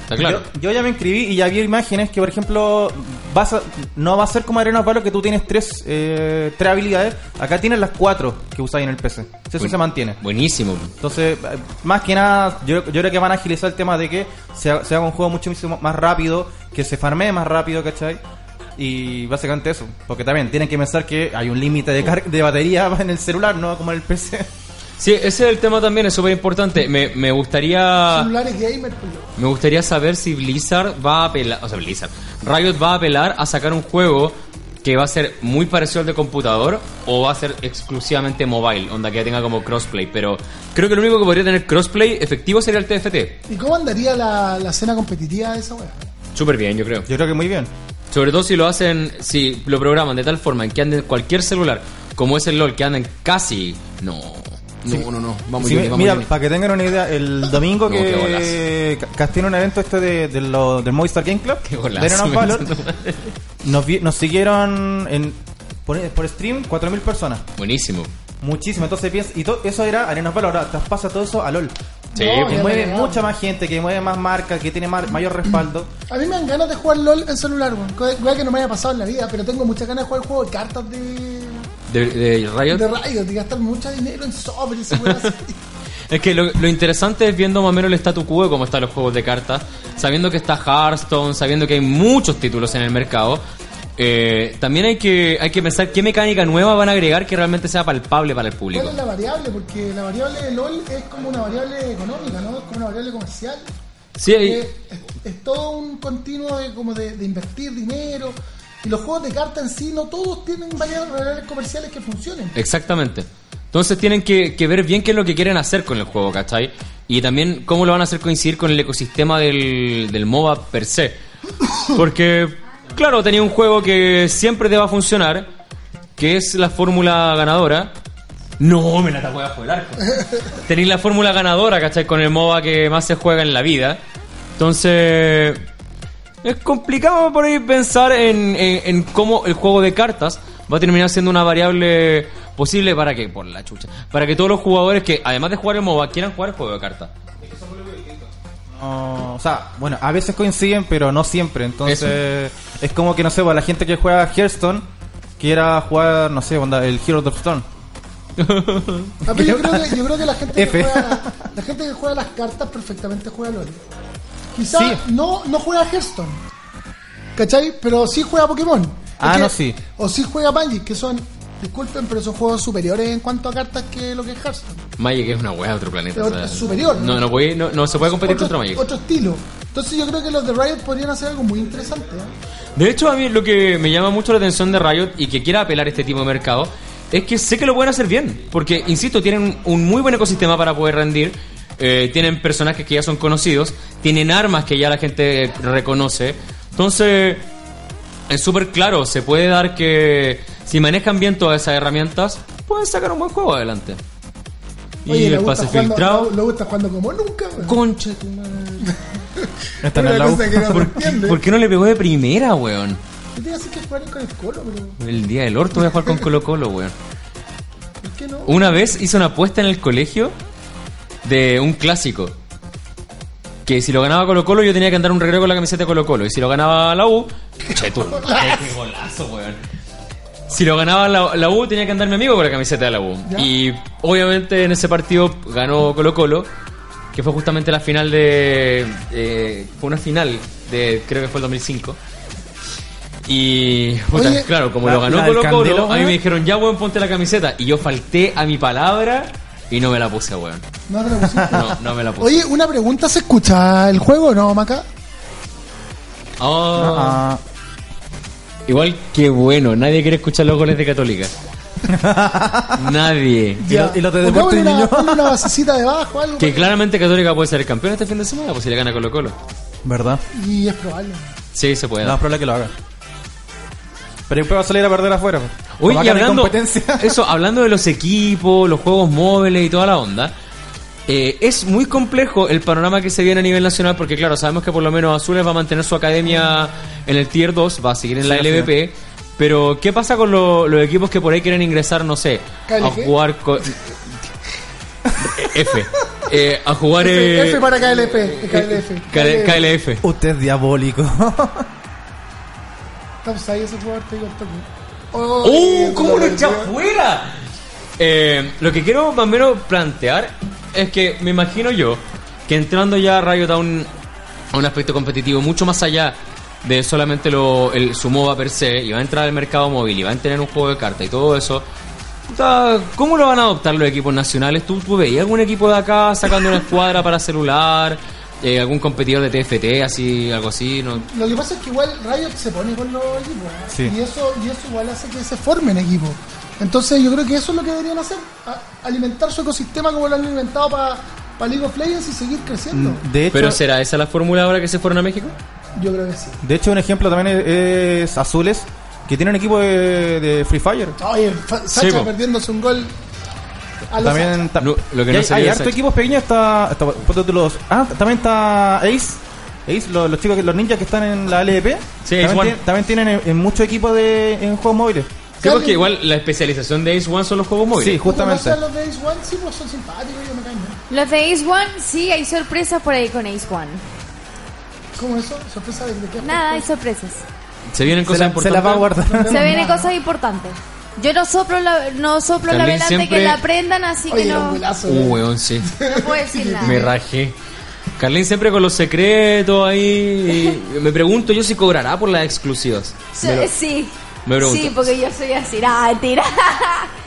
Está claro. yo, yo ya me inscribí y ya vi imágenes que, por ejemplo, vas a- no va a ser como Arena of Valor que tú tienes tres, eh, tres habilidades. Acá tienes las cuatro que usáis en el PC. Eso Buen- se mantiene. Buenísimo. Entonces, eh, más que nada, yo, yo creo que van a agilizar el tema de que se, ha- se haga un juego muchísimo más rápido, que se farmee más rápido, ¿cachai? Y básicamente eso. Porque también tienen que pensar que hay un límite de, car- de batería en el celular, no como en el PC. Sí, ese es el tema también, es súper importante. Me, me gustaría Celulares gamer, pues, me gustaría saber si Blizzard va a apelar, o sea, Blizzard, Riot va a apelar a sacar un juego que va a ser muy parecido al de computador o va a ser exclusivamente mobile, onda que tenga como crossplay, pero creo que lo único que podría tener crossplay efectivo sería el TFT. ¿Y cómo andaría la, la escena competitiva de esa weá? Súper bien, yo creo. Yo creo que muy bien. Sobre todo si lo hacen, si lo programan de tal forma en que anden cualquier celular, como es el LOL, que anden casi. No, no, no, no. Vamos, Sí, Johnny, vamos, mira, Johnny. para que tengan una idea, el domingo No, que qué Cas tiene un evento este de, de lo- del Movistar Game Club, Qué de golazo. Arena of Valor, nos, vi- nos siguieron en, por, por stream 4.000 personas. Buenísimo. Muchísimo, entonces piensa, y todo eso era Arena of Valor, ahora traspasa todo eso a LOL. Sí, No, pues. Que ya mueve lo llegamos. mucha más gente, que mueve más marca, que tiene ma- mayor respaldo. A mí me dan ganas de jugar LOL en celular, weón. Co- Weá que no me haya pasado en la vida, pero tengo muchas ganas de jugar el juego de cartas de. De, de Riot. de Riot, de gastar mucho dinero en sobres, weón. Es que lo, lo interesante es viendo más o menos el statu quo de cómo están los juegos de cartas, sabiendo que está Hearthstone, sabiendo que hay muchos títulos en el mercado. eh, también hay que, hay que pensar qué mecánica nueva van a agregar que realmente sea palpable para el ¿Cuál público. es la variable? Porque la variable de LOL es como una variable económica, ¿no? Es como una variable comercial. Sí, hay- Eh, es, es todo un continuo de, como de, de invertir dinero. Y los juegos de cartas en sí no todos tienen varias variables comerciales que funcionen. Exactamente. Entonces tienen que, que ver bien qué es lo que quieren hacer con el juego, ¿cachai? Y también cómo lo van a hacer coincidir con el ecosistema del, del MOBA per se. Porque, claro, tenía un juego que siempre te va a funcionar, que es la fórmula ganadora. No, me la tapó bajo el arco. Tenéis la fórmula ganadora, ¿cachai? Con el MOBA que más se juega en la vida. Entonces, es complicado por ahí pensar en, en- en cómo el juego de cartas va a terminar siendo una variable posible para que, por la chucha, para que todos los jugadores que, además de jugar el MOBA, quieran jugar el juego de cartas. No, o sea, bueno, a veces coinciden, pero no siempre. Entonces, es como que, no sé, para la gente que juega Hearthstone, quiera jugar, no sé, onda, el Hero of the Storm. Ah, pero yo, creo que, yo creo que la gente que F. juega, la gente que juega las cartas perfectamente juega LOL. Quizá Sí. no, no juega Hearthstone, ¿cachai? Pero sí juega Pokémon. Ah, Porque- no, sí. O sí juega Magic, que son, disculpen, pero son juegos superiores en cuanto a cartas que lo que es Hearthstone. Magic es una wea de otro planeta. Pero o sea, es superior, ¿no? No, no, puede- no- no se puede competir contra Magic. otro estilo. Entonces yo creo que los de Riot podrían hacer algo muy interesante. ¿eh? De hecho, a mí lo que me llama mucho la atención de Riot y que quiera apelar a este tipo de mercado es que sé que lo pueden hacer bien. Porque, insisto, tienen un muy buen ecosistema para poder rendir. eh, tienen personajes que ya son conocidos. Tienen armas que ya la gente reconoce. Entonces, es súper claro. Se puede dar que si manejan bien todas esas herramientas, pueden sacar un buen juego adelante. y el lo pase gusta jugando- filtrado. lo- Lo gusta jugando como nunca. weón. Concha tu madre. Esta no Una es la U. cosa que no se ¿Por qué, entiende. por qué no le pegó de primera, weón? Yo te iba a decir que jugaron con el colo, pero El día del orto voy a jugar con Colo Colo, weón. ¿por qué no? Una vez hice una apuesta en el colegio de un clásico. Que si lo ganaba Colo Colo, yo tenía que andar un recreo con la camiseta de Colo Colo. Y si lo ganaba la U. Che, tú, qué golazo, weón. Si lo ganaba la, la U, tenía que andar mi amigo con la camiseta de la U. Ya. Y obviamente en ese partido ganó Colo Colo, que fue justamente la final de. eh, fue una final de. creo que fue el 2005. Y. puta, Oye, claro, como la- lo ganó la del Colo Colo, Candelo, ¿eh? a mí me weón. dijeron, ya weón, ponte la camiseta. Y yo falté a mi palabra y no me la puse, weón. No te lo pusiste. No, no me la puse. Oye, una pregunta, ¿se escucha el juego o no, Maca? Oh. Ah, Igual que bueno, nadie quiere escuchar los goles de Católica. nadie. ¿Y lo- y lo de Deportes Pongámosle una, Niño? ponle una basecita debajo, algo. Que claramente Católica puede ser campeón este fin de semana, pues si le gana Colo Colo. ¿Verdad? Y es probable. Sí, se puede. Lo dar. más probable es que lo haga. Pero después va a salir a perder afuera. pues. Oye, Como y acá no hay hablando, competencia. eso, hablando de los equipos, los juegos móviles y toda la onda, eh, es muy complejo el panorama que se viene a nivel nacional porque, claro, sabemos que por lo menos Azules va a mantener su academia en el Tier 2, va a seguir en la Sí, así LVP. Pero, ¿qué pasa con lo- los equipos que por ahí quieren ingresar, no sé, a KLG? jugar con... F. Eh, a jugar... F, eh, F para KLF. KLF. eh, K- KLF. Usted es diabólico. Estamos ahí, ese jugador te digo el toque. ¡Uh! Oh, ¿Cómo lo eh, echa fuera? Eh, lo que quiero más o menos plantear es que me imagino yo que entrando ya Riot a un, a un aspecto competitivo mucho más allá de solamente lo, el, su MOBA per se y va a entrar al mercado móvil y va a tener un juego de cartas y todo eso. puta, ¿Cómo lo van a adoptar los equipos nacionales? ¿Tú, tú veías algún equipo de acá sacando una escuadra para celular? Eh, ¿Algún competidor de TFT, así, algo así? ¿no? Lo que pasa es que igual Riot se pone con los equipos. ¿eh? Sí. Y, eso, y eso igual hace que se formen equipos. Entonces yo creo que eso es lo que deberían hacer. a- alimentar su ecosistema como lo han alimentado para League of Legends y seguir creciendo. De hecho, ¿Pero será esa la fórmula ahora que se fueron a México? Mm. Yo creo que sí. de hecho, un ejemplo también es, es Azules, que tiene un equipo de, de Free Fire. Oye, Fa- Sacha po. perdiéndose un gol a los También ta- No, lo que y no hay, sería hay de harto Sacha. equipos pequeños está, está- ponte tú los- ah, también está Ace Ace los, los chicos que- los ninjas que están en la LDP Sí, Ace también, One. tienen- también tienen en, en muchos equipos de en juegos móviles Sí, porque igual la especialización de Ace One son los juegos móviles. sí justamente Los de Ace One sí, pues son simpáticos, yo me caen bien. Los de Ace One, sí, hay sorpresas por ahí con Ace One. ¿Cómo eso? ¿Sorpresa de de qué? Nada, hay aspecto? sorpresas. Se vienen se cosas la, se importantes. la va a guardar Se vienen cosas importantes. Yo no soplo la, no soplo la También vela antes siempre- que la aprendan, así Oye, que era un no, no golazo. Uh, eh. weón, sí. puedo decir nada. Me rajé. Carlín siempre con los secretos ahí. y me pregunto yo si cobrará por las exclusivas. Sí, sí. me pregunto. Sí, porque yo soy así, ah, tira.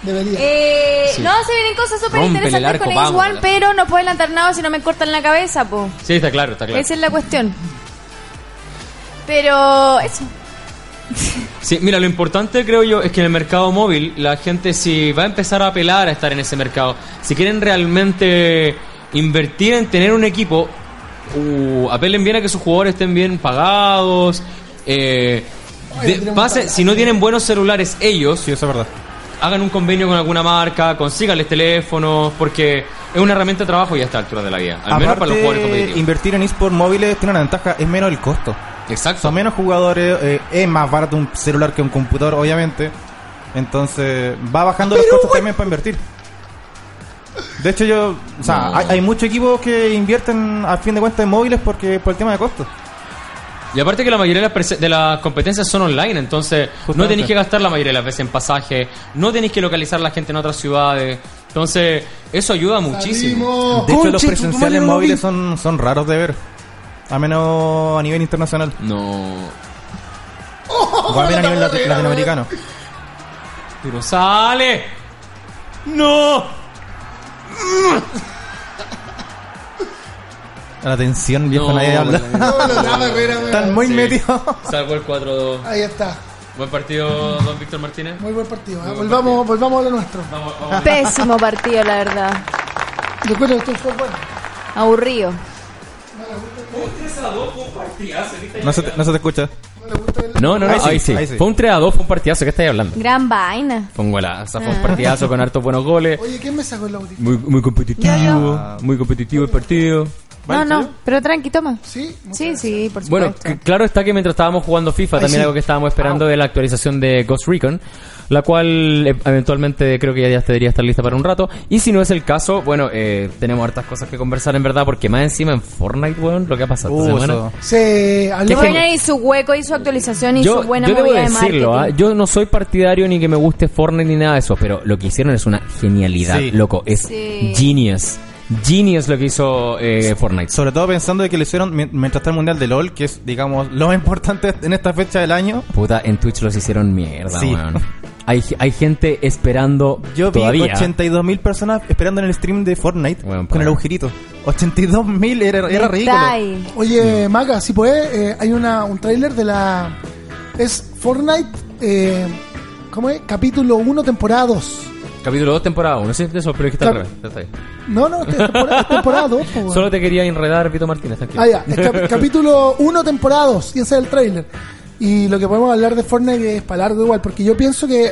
Debería. Eh, Sí. No, se vienen cosas súper Rómpele el interesantes con arco, Ace vamos, One, la- pero no puedo adelantar nada si no me cortan la cabeza, po. Sí, está claro, está claro. Esa es la cuestión. Pero eso. Sí, mira, lo importante creo yo es que en el mercado móvil la gente si va a empezar a apelar a estar en ese mercado, si quieren realmente invertir en tener un equipo, uh, apelen bien a que sus jugadores estén bien pagados, eh, Ay, de- tenemos pase- tabla. si no tienen buenos celulares ellos, sí eso es verdad hagan un convenio con alguna marca, consíganles teléfonos, porque es una herramienta de trabajo ya a esta altura de la vida, al menos para los jugadores Aparte, competitivos. invertir en esports móviles tiene una ventaja es menos el costo Exacto. son menos jugadores eh, es más barato un celular que un computador obviamente entonces va bajando los costos también para invertir de hecho yo o sea No. hay, hay muchos equipos que invierten al fin de cuentas en móviles porque por el tema de costos Y aparte que la mayoría de las, prese- de las competencias son online, entonces no Justamente. tenéis que gastar la mayoría de las veces en pasaje, no tenéis que localizar a la gente en otras ciudades, entonces eso ayuda muchísimo. Salimos. De hecho, los Conche, tu madre presenciales no lo móviles vi. son, son raros de ver. A menos a nivel internacional. No, O a menos a nivel lati- Barrera, latinoamericano. pero sale. No. La tensión, viejo, No, nadie habla. bueno. No, no, la barrera, weón. Están muy Sí. metidos. Salvo el 4-2. Ahí está. Buen partido, don Víctor Martínez. Muy buen partido. ¿eh? Muy buen volvamos, volvamos a lo nuestro. Vamos, vamos. Pésimo partido, la verdad. Recuerden que esto fue bueno. Aburrido. No se, te, no se te escucha. No le gusta el- No, no, no, Ahí ahí sí, sí. ahí sí. Fue un 3 a 2, fue un partidazo. ¿Qué estáis hablando? Gran vaina. Fue un golazo, Ah. fue un partidazo con hartos buenos goles. Oye, ¿quién me sacó el audio? Muy, muy competitivo, Ya, muy competitivo el partido. No, no, pero tranqui, toma. Sí, Sí, sí, por Bueno, supuesto. c- claro está que mientras estábamos jugando FIFA, Ay, también sí. algo que estábamos esperando de la actualización de Ghost Recon, la cual eh, eventualmente creo que ya, ya debería estar lista para un rato. Y si no es el caso, bueno, eh, tenemos hartas cosas que conversar en verdad, porque más encima en Fortnite, weón, lo que ha pasado esta Uh, semana. eso. Se habló ¿Qué Fortnite y su hueco y su actualización y Yo, su buena yo debo movida de decirlo, ¿ah? marketing. yo no soy partidario ni que me guste Fortnite ni nada de eso, pero lo que hicieron es una genialidad, Sí. loco, es Sí. genius, genius lo que hizo eh, Fortnite. Sobre todo pensando de que lo hicieron mi- mientras está el Mundial de LOL, que es, digamos, lo más importante en esta fecha del año. Puta, en Twitch los hicieron mierda, Sí. weón. Hay, hay gente esperando Yo vi todavía. 82.000 personas esperando en el stream de Fortnite Bueno, con para. el agujerito. 82.000 era, era ridículo. Detalle. Oye, Maca, si puedes, eh, hay una, un tráiler de la... Es Fortnite, eh, ¿cómo es? Capítulo 1, temporada 2. Capítulo 2, temporada 1. Sí, eso, pero es que está al Cap- revés. Ya está ahí. No, no, es temporada, es temporada 2. po, weón. Solo te quería enredar, Vito Martínez, tranquilo. Ah, ya, es cap- capítulo 1, temporada 2, y ese es el tráiler. Y lo que podemos hablar de Fortnite es para largo igual, porque yo pienso que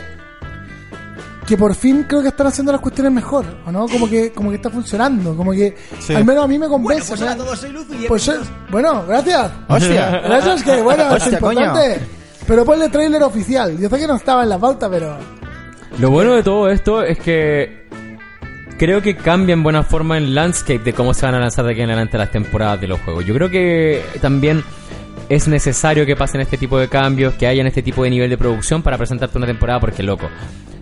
que por fin creo que están haciendo las cuestiones mejor, ¿o no? Como que como que está funcionando, como que Sí. al menos a mí me convence. pues ¿no? Pues yo- bueno, gracias. Hostia. Gracias que bueno, es Hostia, coño. importante. Pero ponle tráiler oficial. Yo sé que no estaba en la pauta, pero Lo bueno de todo esto es que creo que cambia en buena forma el landscape de cómo se van a lanzar de aquí en adelante las temporadas de los juegos. Yo creo que también es necesario que pasen este tipo de cambios, que hayan este tipo de nivel de producción para presentarte una temporada, porque loco.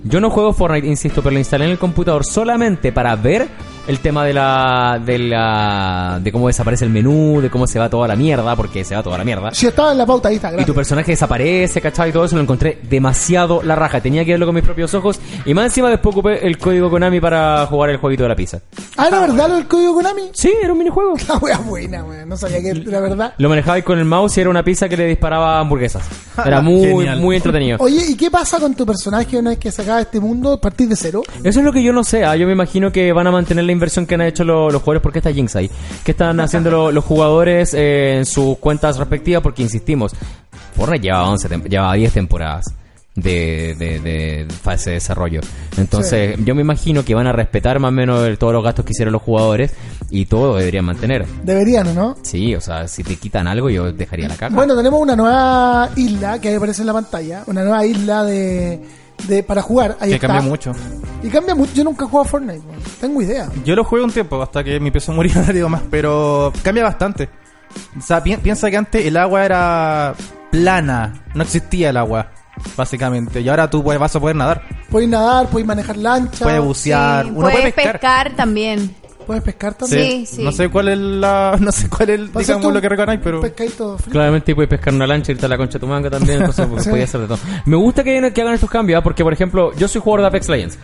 Yo no juego Fortnite, insisto, pero lo instalé en el computador solamente para ver el tema de la, de la de cómo desaparece el menú, de cómo se va toda la mierda, porque se va toda la mierda. Si estaba en la pauta, ahí Y está, tu gracias. personaje desaparece, ¿cachai? Todo eso lo encontré demasiado la raja. Tenía que verlo con mis propios ojos. Y más encima después ocupé el código Konami para jugar el jueguito de la pizza. Ah, ¿era verdad lo del código Konami? Sí, era un minijuego. La wea buena, weón. No sabía que era verdad. Lo manejabais con el mouse y era una pizza que le disparaba hamburguesas. Era muy, Genial. muy entretenido. Oye, ¿y qué pasa con tu personaje una vez que se acaba este mundo? ¿Partís de cero? Eso es lo que yo no sé. ah, Yo me imagino que van a mantener la inversión que han hecho lo- los jugadores. porque está Jinx ahí? ¿Qué están haciendo lo- los jugadores eh, en sus cuentas respectivas? Porque insistimos, Fortnite lleva, 11 tem- lleva 10 temporadas de, de- de fase de desarrollo. Entonces, yo me imagino que van a respetar más o menos el- todos los gastos que hicieron los jugadores y todo lo deberían mantener. Deberían, ¿no? Sí, o sea, si te quitan algo, yo dejaría la caca. Bueno, tenemos una nueva isla que ahí aparece en la pantalla. Una nueva isla de, de para jugar. Ahí Que está. cambia mucho. Y cambia mucho. Yo nunca he jugado a Fortnite, weón. Tengo idea. Yo lo jugué un tiempo hasta que mi peso murió, no digo más, pero cambia bastante. O sea, pi- piensa que antes el agua era plana, no existía el agua, básicamente. Y ahora tú pues, vas a poder nadar, Puedes nadar, puedes manejar lancha. puedes bucear, Sí, uno puede puedes pescar. también. Puedes pescar también. Sí, sí. No sé cuál es la, no sé cuál es, el- Puedes hacerte digamos un- lo que reconáis, pero un pescadito frito. Claramente puedes pescar una lancha, irte a la concha de tu manga también, entonces pues, Sí. podía hacer de todo. Me gusta que, hayan- que hagan estos cambios, ¿ah? porque por ejemplo, yo soy jugador de Apex Legends.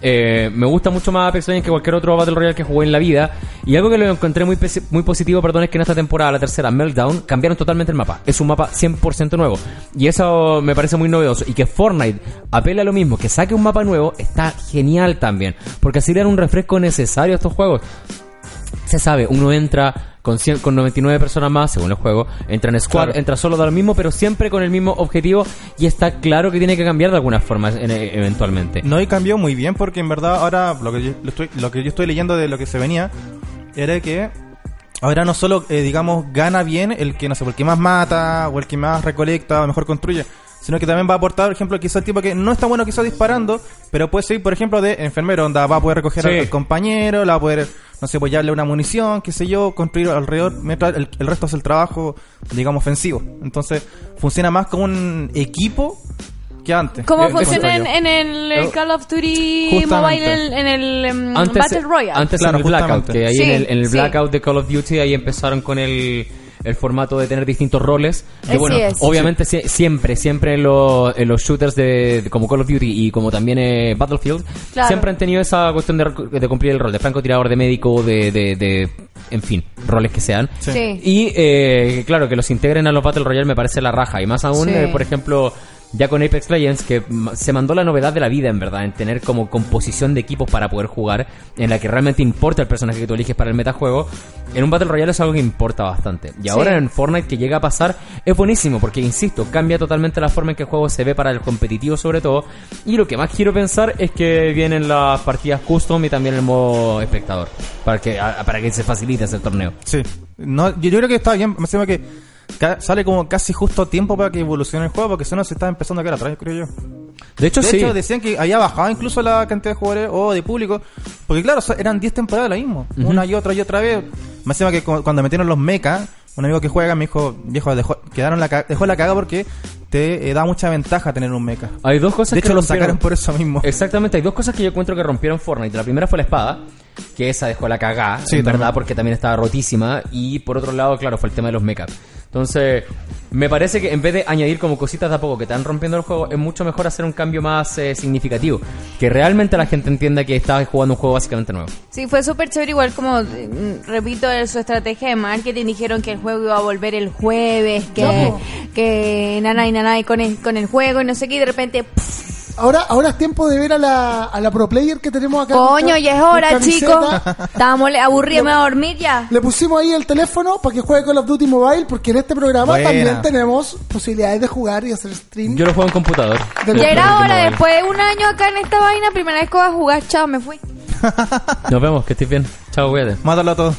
Eh, me gusta mucho más Apex Legends que cualquier otro Battle Royale que jugué en la vida. Y algo que lo encontré muy, pesi- muy positivo, perdón, es que en esta temporada, la tercera, Meltdown, cambiaron totalmente el mapa. Es un mapa 100% nuevo. Y eso me parece muy novedoso. Y que Fortnite apela a lo mismo, que saque un mapa nuevo, está genial también. Porque así le dan un refresco necesario a estos juegos se sabe, uno entra con, 100 con 99 personas más, según el juego, entra en squad, Claro. entra solo de lo mismo, pero siempre con el mismo objetivo y está claro que tiene que cambiar de alguna forma en- eh, eventualmente. No, y cambió muy bien porque en verdad ahora lo que yo, lo estoy, lo que yo estoy leyendo de lo que se venía era que ahora no solo, eh, digamos, gana bien el que, no sé, el que más mata o el que más recolecta o mejor construye, sino que también va a aportar, por ejemplo, quizás el tipo que no está bueno quizás disparando, pero puede seguir, por ejemplo, de enfermero, onda, va a poder recoger Sí. al, al compañero, la va a poder, no sé, pues darle una munición, qué sé yo, construir alrededor, mientras el, el resto es el trabajo, digamos, ofensivo. Entonces, funciona más como un equipo que antes. ¿Cómo Eh, funciona en, encuentro yo. en el eh, Call of Duty Justamente. Mobile, en, en el em, Battle Royale? Antes Claro, en el Blackout, justamente. que ahí Sí, en el, en el sí. Blackout de Call of Duty, ahí empezaron con el, el formato de tener distintos roles. Que Así bueno, es. obviamente sie- siempre, siempre en, lo- en los shooters de, de- como Call of Duty y como también eh, Battlefield, Claro. siempre han tenido esa cuestión de, rec- de cumplir el rol de francotirador, de médico, de, de, de- en fin, roles que sean. Sí. Y eh, claro, que los integren a los Battle Royale me parece la raja. Y más aún, Sí. eh, por ejemplo, ya con Apex Legends, que mm, se mandó la novedad de la vida, en verdad, en tener como composición de equipos para poder jugar, en la que realmente importa el personaje que tú eliges para el metajuego. En un Battle Royale es algo que importa bastante. Y ahora en Fortnite que llega a pasar es buenísimo, porque insisto, cambia totalmente la forma en que el juego se ve para el competitivo sobre todo. Y lo que más quiero pensar es que vienen las partidas custom y también el modo espectador, para que, a- para que se facilite ese torneo. Sí. No, yo, yo creo que está bien. Me parece que ca- sale como casi justo a tiempo para que evolucione el juego, porque si no se está empezando a quedar atrás, creo yo. De hecho, De sí. hecho, decían que había bajado incluso la cantidad de jugadores o de público, porque claro, o sea, eran 10 temporadas la mismo, una y otra y otra vez. Me encima que cu- cuando metieron los mechas, un amigo que juega me dijo, viejo, dejó, quedaron la ca- dejó la caga porque te eh, da mucha ventaja tener un mecha. Hay dos cosas De hecho, que lo rompieron. sacaron por eso mismo. Exactamente, hay dos cosas que yo encuentro que rompieron Fortnite. La primera fue la espada, que esa dejó la cagá, Sí, en verdad, también. porque también estaba rotísima. Y por otro lado, claro, fue el tema de los mechas. Entonces, me parece que en vez de añadir como cositas de a poco que están rompiendo el juego, es mucho mejor hacer un cambio más eh, significativo. Que realmente la gente entienda que está jugando un juego básicamente nuevo. Sí, fue súper chévere. Igual, como mm, repito, eh, su estrategia de marketing dijeron que el juego iba a volver el jueves, que, que nana y nana y con el, con el juego y no sé qué. Y de repente, pff, Ahora, ahora es tiempo de ver a la, a la pro player que tenemos acá. coño, Con- ya es con hora, camiseta. chicos. Estábamos le- aburridos, me voy a dormir ya. Le pusimos ahí el teléfono para que juegue Call of Duty Mobile, porque en este programa Buena. también tenemos posibilidades de jugar y hacer stream. Yo lo juego en computador. Del- Creo Ya era que hora, no vale. después de un año acá en esta vaina, primera vez que voy a jugar, chao, me fui. Nos vemos, que estés bien. Chao, cuídate. Mátalo a todos.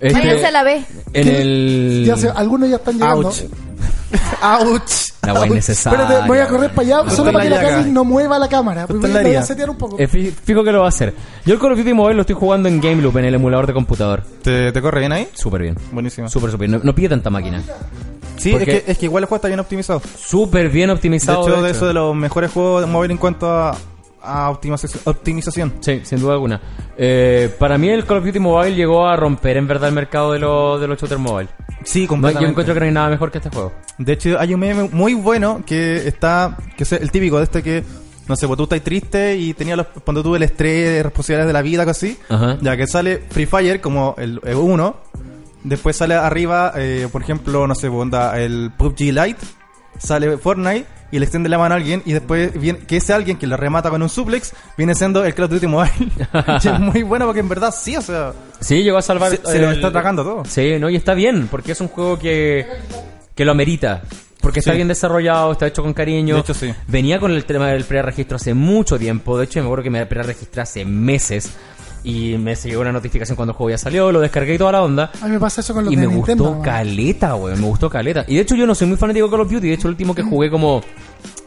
Este, Váyanse a la vez. en el... Ya se- algunos ya están llegando. Ouch. Ouch. La guay necesaria. Espérate, voy a correr para allá Justo solo en para la que la llaga. Cami no mueva la cámara. Justo Voy en la a- voy a herida. setear un poco. Eh, fi- fijo que lo va a hacer. Yo el Call of Duty Mobile lo estoy jugando en Game Loop, en el emulador de computador. ¿Te, te corre bien ahí? Súper bien. Buenísimo. Súper, súper bien. No, no pide tanta máquina. Sí, es Porque- que, es que igual el juego está bien optimizado. Súper bien De optimizado. hecho, de de hecho. eso de los mejores juegos de móvil en cuanto a, a optimización. optimización. Sí, sin duda alguna. Eh, para mí el Call of Duty Mobile llegó a romper en verdad el mercado de, los de los shooters mobile. Sí, No, yo completamente. encuentro que no hay nada mejor que este juego. De hecho, hay un meme muy bueno que está, que es el típico de este que, no sé, pues tú estás triste y tenías los, cuando tuve el estrés, responsabilidades de la vida, algo así. Ajá. Ya que sale Free Fire como el, el uno, después sale arriba, eh, por ejemplo, no sé, pues, onda, el PUBG Lite, sale Fortnite y le extiende la mano a alguien y después viene, que ese alguien que lo remata con un suplex viene siendo el Call of Duty Mobile. Y es muy bueno porque en verdad sí, o sea, Sí, llegó a salvar. se, se lo el- está atacando todo. Sí, no, y está bien, porque es un juego que, que lo amerita. Porque está Sí. bien desarrollado, está hecho con cariño. De hecho, sí. Venía con el tema del preregistro hace mucho tiempo. De hecho, me acuerdo que me preregistré hace meses. Y me llegó una notificación cuando el juego ya salió, lo descargué y toda la onda. A mí me pasa eso con los Y de me Nintendo. gustó weón. caleta, weón. Me gustó caleta. Y de hecho, yo no soy muy fanático de Call of Duty. De hecho, el último que jugué como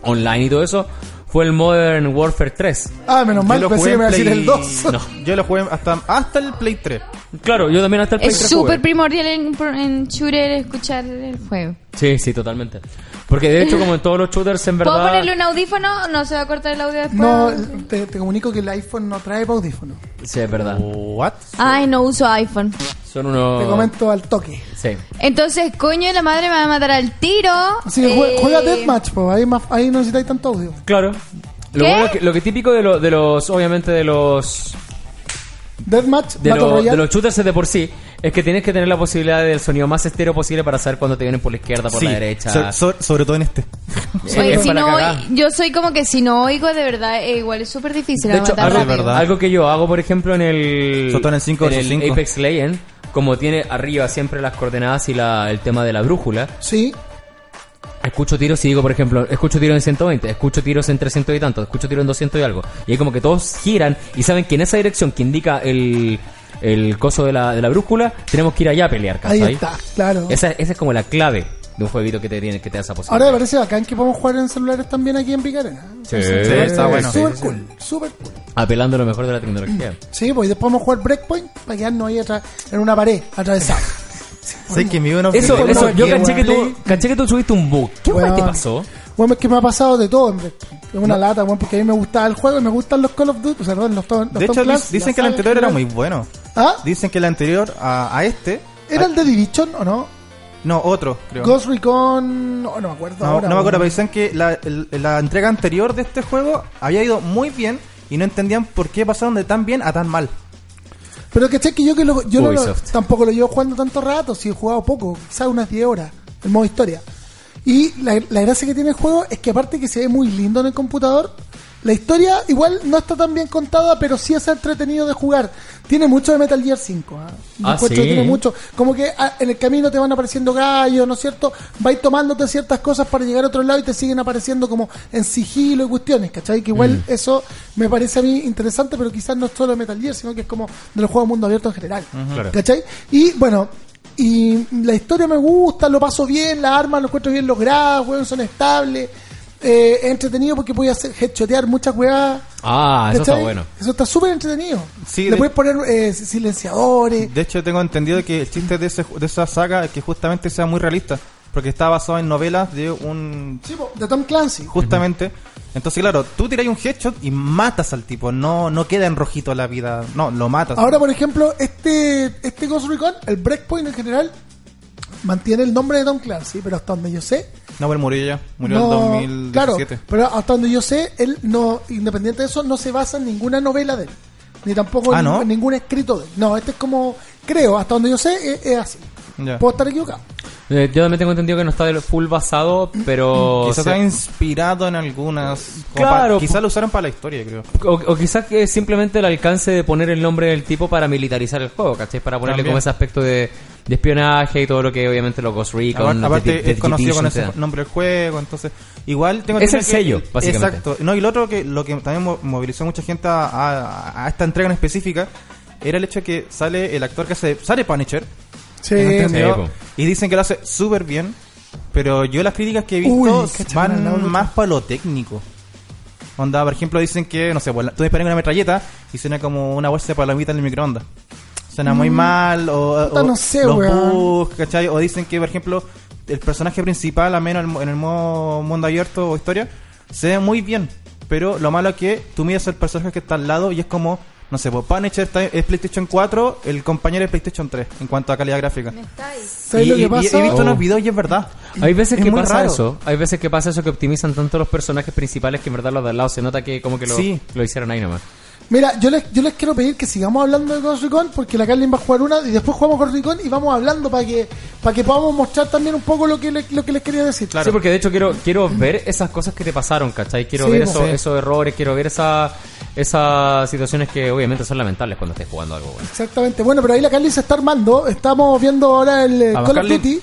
online y todo eso fue el Modern Warfare 3. Ah, menos Yo mal, lo pensé jugué que me iba a en decir Play- el 2. no, yo lo jugué hasta, hasta el Play 3. Claro, yo también hasta el Play Es 3 jugué. súper primordial en, en shooter escuchar el juego. Sí, sí, totalmente. Porque de hecho, como en todos los shooters, en verdad. ¿Puedo ponerle un audífono? No se va a cortar el audio después. No, te, te comunico que el iPhone no trae pa' audífono. Sí, es verdad. What? Ay, no uso iPhone. Son unos. Te comento al toque. Sí. Entonces, coño, la madre me va a matar al tiro. Así que jue- Eh, juega Deathmatch, po. Ahí, más, ahí no necesitáis tanto audio. Claro. Lo, ¿Qué? bueno que, lo que típico de, lo- de los. Obviamente de los. Deathmatch, De, Battle lo- de Royale. los shooters de por sí. Es que tienes que tener la posibilidad del sonido más estéreo posible para saber cuando te vienen por la izquierda, por Sí, la derecha. so- so- sobre todo en este. Sí, Oye, es si para no, eh, cagar. oy- yo soy como que si no oigo, de verdad, eh, igual es súper difícil. De la hecho, ah, matar algo, es rápido. verdad. algo que yo hago, por ejemplo, en el. Sobre todo en el 5, en el 5. Apex Legends, como tiene arriba siempre las coordenadas y la- el tema de la brújula, Sí. escucho tiros y digo, por ejemplo, escucho tiros en 120, escucho tiros en 300 y tanto, escucho tiros en 200 y algo. Y ahí como que todos giran y saben que en esa dirección que indica el, el coso de la, de la brújula, tenemos que ir allá a pelear, Ahí ¿cachai? está, claro. Esa, esa es como la clave de un jueguito que te tiene que te da esa Ahora me posibilidad. parece bacán que podemos jugar en celulares también aquí en Picarena. Sí. Eh, Sí, está bueno. eh, Súper cool, súper cool. Apelando a lo mejor de la tecnología. Sí, pues y después vamos a jugar Breakpoint para quedarnos ahí atrás, en una pared, atravesado. Sé que mi uno Eso, Bueno, eso, yo que- caché que, tú, Play- caché que tú subiste un bug. ¿Qué fue Weón. te pasó? Bueno, es que me ha pasado de todo en Breakpoint. Es una lata, bueno, porque a mí me gustaba el juego y me gustan los Call of Duty, o sea, no, los, Tom- los De Tom hecho, Clancy, dis- la dicen que el saga en anterior era muy general. bueno. ¿Ah? Dicen que el anterior a, a este. ¿Era el de Division o no? No, otro, creo. Ghost Recon... oh, No, no me acuerdo no, ahora. no me acuerdo, pero bueno. dicen que la, el- la entrega anterior de este juego había ido muy bien y no entendían por qué pasaron de tan bien a tan mal. Pero que que yo, que lo- yo no lo- Ubisoft. tampoco lo llevo jugando tanto rato, si he jugado poco, quizás unas 10 horas, en modo historia. Y la, la gracia que tiene el juego es que aparte que se ve muy lindo en el computador, la historia igual no está tan bien contada, pero sí es entretenido de jugar. Tiene mucho de Metal Gear 5. ¿ah? Yo Ah, encuentro que sí. tiene mucho. Como que ah, en el camino te van apareciendo gallos, ¿no es cierto? Vais tomándote ciertas cosas para llegar a otro lado y te siguen apareciendo como en sigilo y cuestiones, ¿cachai? Que igual Mm. eso me parece a mí interesante, pero quizás no es solo de Metal Gear, sino que es como de los juegos mundo abierto en general, ¿cachai? Y bueno, y la historia me gusta, lo paso bien, las armas lo encuentro bien logradas, weón, son estables. Eh, es entretenido porque voy a hacer hechotear muchas weas. Ah, eso está ¿cachai? bueno. Eso está súper entretenido. Sí, Le de- puedes poner eh, silenciadores. De hecho, tengo entendido que el chiste de, ese, de esa saga es que justamente sea muy realista, porque está basado en novelas de un. Sí, po, de Tom Clancy. Justamente. Entonces, claro, tú tiras un headshot y matas al tipo, no, no queda en rojito la vida, no, lo matas. Ahora, por ejemplo, este, este Ghost Recon, el Breakpoint en general, mantiene el nombre de Tom Clancy, pero hasta donde yo sé. No, pero murió ya, murió no- en 2017. Claro, pero hasta donde yo sé, él no, independiente de eso, no se basa en ninguna novela de él. Ni tampoco Ah, en, ¿no? en ningún escrito de él. No, este es como, creo, hasta donde yo sé, e-, es, es así. Ya. Puedo estar equivocado. Eh, yo también tengo entendido que no está del full basado, pero. Quizás se- está inspirado en algunas. Claro, Quizás pu- lo usaron para la historia, creo. O, o quizás que es simplemente el alcance de poner el nombre del tipo para militarizar el juego, ¿cachai? Para ponerle También. como ese aspecto de, de espionaje y todo lo que obviamente los Ghost Recon, Aparte, los aparte Dead- Dead es conocido con Division te ese dan. nombre del juego, entonces igual tengo Es entendido el sello, básicamente. Exacto. No, y lo otro que lo que también mo- movilizó a mucha gente a, a- a esta entrega en específica era el hecho de que sale el actor que hace sale Punisher Sí, tengo entendido, Sí, po. y dicen que lo hace súper bien, pero yo las críticas que he visto Uy, cacha, van la otra. más para lo técnico. Onda, por ejemplo, dicen que, no sé, pues, la- tú disparas con una metralleta y suena como una bolsa de palomita en el microondas. Suena muy mal, o, Mm. Puta, o no sé, los weón. bugs, ¿cachai? O dicen que, por ejemplo, el personaje principal, al menos en el mo- en el modo mundo abierto o historia, se ve muy bien. Pero lo malo es que tú miras el personaje que está al lado y es como, no sé, pues Punisher está- es PlayStation 4, el compañero es PlayStation 3 en cuanto a calidad gráfica. Me estáis. ¿Sabes Y- lo y- que y- pasa? He visto Oh. unos videos y es verdad. Hay veces Es que muy pasa raro. eso, hay veces que pasa eso que optimizan tanto los personajes principales que en verdad los de al lado se nota que como que lo, Sí. lo hicieron ahí nomás. Mira, yo les, yo les quiero pedir que sigamos hablando de Ghost Recon porque la Carlin va a jugar una y después jugamos Ghost Recon y vamos hablando para que para que podamos mostrar también un poco lo que le- lo que les quería decir. Sí, porque de hecho quiero quiero ver esas cosas que te pasaron, ¿cachai? Quiero Sí, ver po. pues, esos, Sí. esos errores, quiero ver esa, esas situaciones que obviamente son lamentables cuando estés jugando algo, bueno. Exactamente. Bueno, pero ahí la Carlin se está armando. Estamos viendo ahora el eh, Vamos, Call of Carlin. Duty.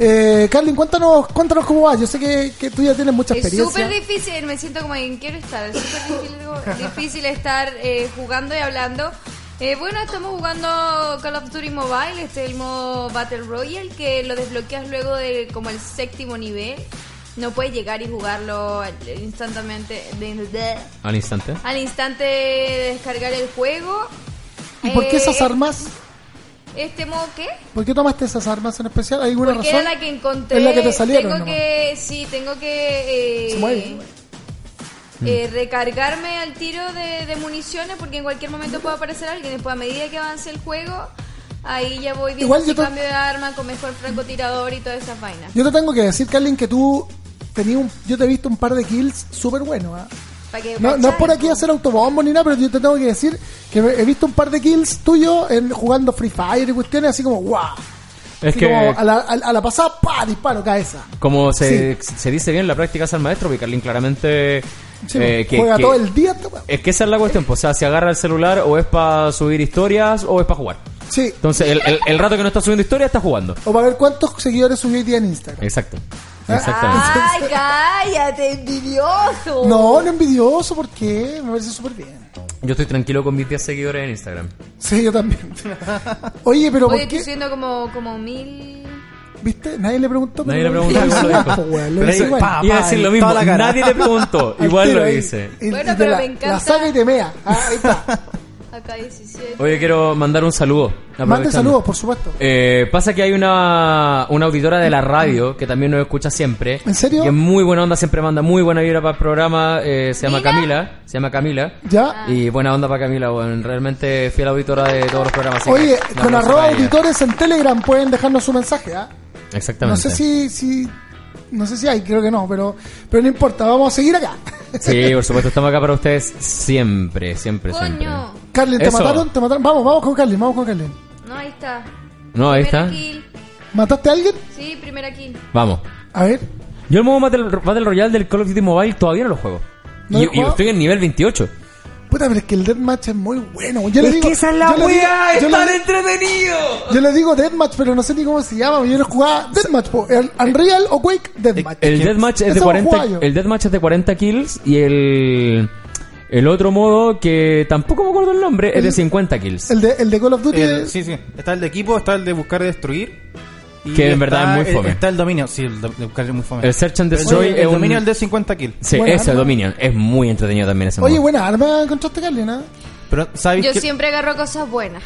Eh, Carlin, cuéntanos, cuéntanos cómo va. Yo sé que, que tú ya tienes mucha Es experiencia. súper difícil, me siento como en quiero estar. Es súper difícil, difícil estar eh, jugando y hablando. Eh, bueno, estamos jugando Call of Duty Mobile, este es el modo Battle Royale que lo desbloqueas luego de como el séptimo nivel. No puedes llegar y jugarlo al- instantáneamente. de- de- Al instante. al instante de descargar el juego. ¿Y por qué Eh, esas armas? ¿Este modo qué? ¿Por qué tomaste esas armas en especial? ¿Hay alguna Porque razón? era la que encontré. Es la que te salieron. Tengo nomás. que, sí, tengo que. eh, Se mueve. eh, recargarme al tiro de, de municiones porque en cualquier momento puede aparecer alguien. Después, a medida que avance el juego, ahí ya voy viendo Igual si yo to- cambio de arma con mejor francotirador y todas esas vainas. Yo te tengo que decir, Carlin, que tú tenías un, yo te he visto un par de kills súper buenos. ¿ah? Pa' que No, no es por cachai, aquí po. hacer autobombo ni nada, pero yo te tengo que decir que he visto un par de kills tuyos en, jugando Free Fire y cuestiones así como ¡guau! Es Así que- como a, la, a, a la pasada, ¡pa! Disparo, cabeza. Como se, se dice bien, la práctica es al maestro, porque Carlin claramente... Sí, pues, eh, que- juega que- todo el día. esta weá. Es que esa es la cuestión, pues, o sea, si agarra el celular o es para subir historias o es para jugar. Sí. Entonces, el, el- el rato que no está subiendo historias, está jugando. O para ver cuántos seguidores subió hoy día en Instagram. Exacto. Ah. Exactamente. ¡Ay, cállate, envidioso! No, no envidioso, porque me parece súper bien. Yo estoy tranquilo con mis 10 seguidores en Instagram. Sí, yo también. Oye, pero Oye, ¿por estoy qué? subiendo como, como mil. ¿Viste? Nadie le preguntó. Nadie pero le lo preguntó, hizo igual lo igual, dijo. po, weón, lo Pero hizo eso- igual. pa, Iba a decir lo mismo, toda la cara. nadie le preguntó, Al igual tiro lo ahí. hice. Y- y Bueno, te pero la- me encanta. La saca y te mea. Ah, ahí está. Acá 17. Oye, quiero mandar un saludo. Mande aprovechando. saludos, por supuesto. Eh, pasa que hay una, una auditora de la radio que también nos escucha siempre. ¿En serio? Que es muy buena onda, siempre manda muy buena vibra para el programa. eh, se llama Camila. Se llama Camila. Ya. Y buena onda para Camila, bueno, realmente fiel auditora de todos los programas. así Oye, que un con aplauso arroba para ella. auditores en Telegram pueden dejarnos su mensaje, ¿ah? No Exactamente. sé si, si... No sé si hay, creo que no, pero, pero no importa, vamos a seguir acá. Sí, por supuesto, estamos acá para ustedes siempre, siempre, siempre. Coño. Carlin, ¿te Eso. mataron? ¿Te mataron? Vamos, vamos con Carlin, vamos con Carlin. No, ahí está. No, ahí Primera está. kill. ¿Mataste a alguien? Sí, primera kill. Vamos. A ver. Yo el modo Battle, Battle Royale del Call of Duty Mobile todavía no lo juego. ¿No y, lo has y jugado? estoy en nivel 28. Puta, pero es que el Deathmatch es muy bueno. Yo le Es digo, que esa es la yo le digo- weá, yo le estar digo- ¡Entretenido! Yo le digo Deathmatch, pero no sé ni cómo se llama. Yo le jugaba Deathmatch, po. El Unreal o Quake Eh, Deathmatch. El deathmatch es Ese de lo 40 jugaba yo. el deathmatch es de 40 kills y el el otro modo que tampoco me acuerdo el nombre es de 50 eh, kills. El de, el de Call of Duty. El- sí, sí. Está el de equipo, está el de buscar y destruir. y Que en está verdad es muy el- fome. Está el dominio, sí, el do- de buscar es muy fome. El Search and El Destroy de- es el un- dominio es el de 50 kills. Sí, Buena ese arma. Dominion es muy entretenido también ese Oye, modo. buena arma encontraste, ¿ah? Carly, ¿no? Pero, ¿sabes Yo qué? siempre agarro cosas buenas.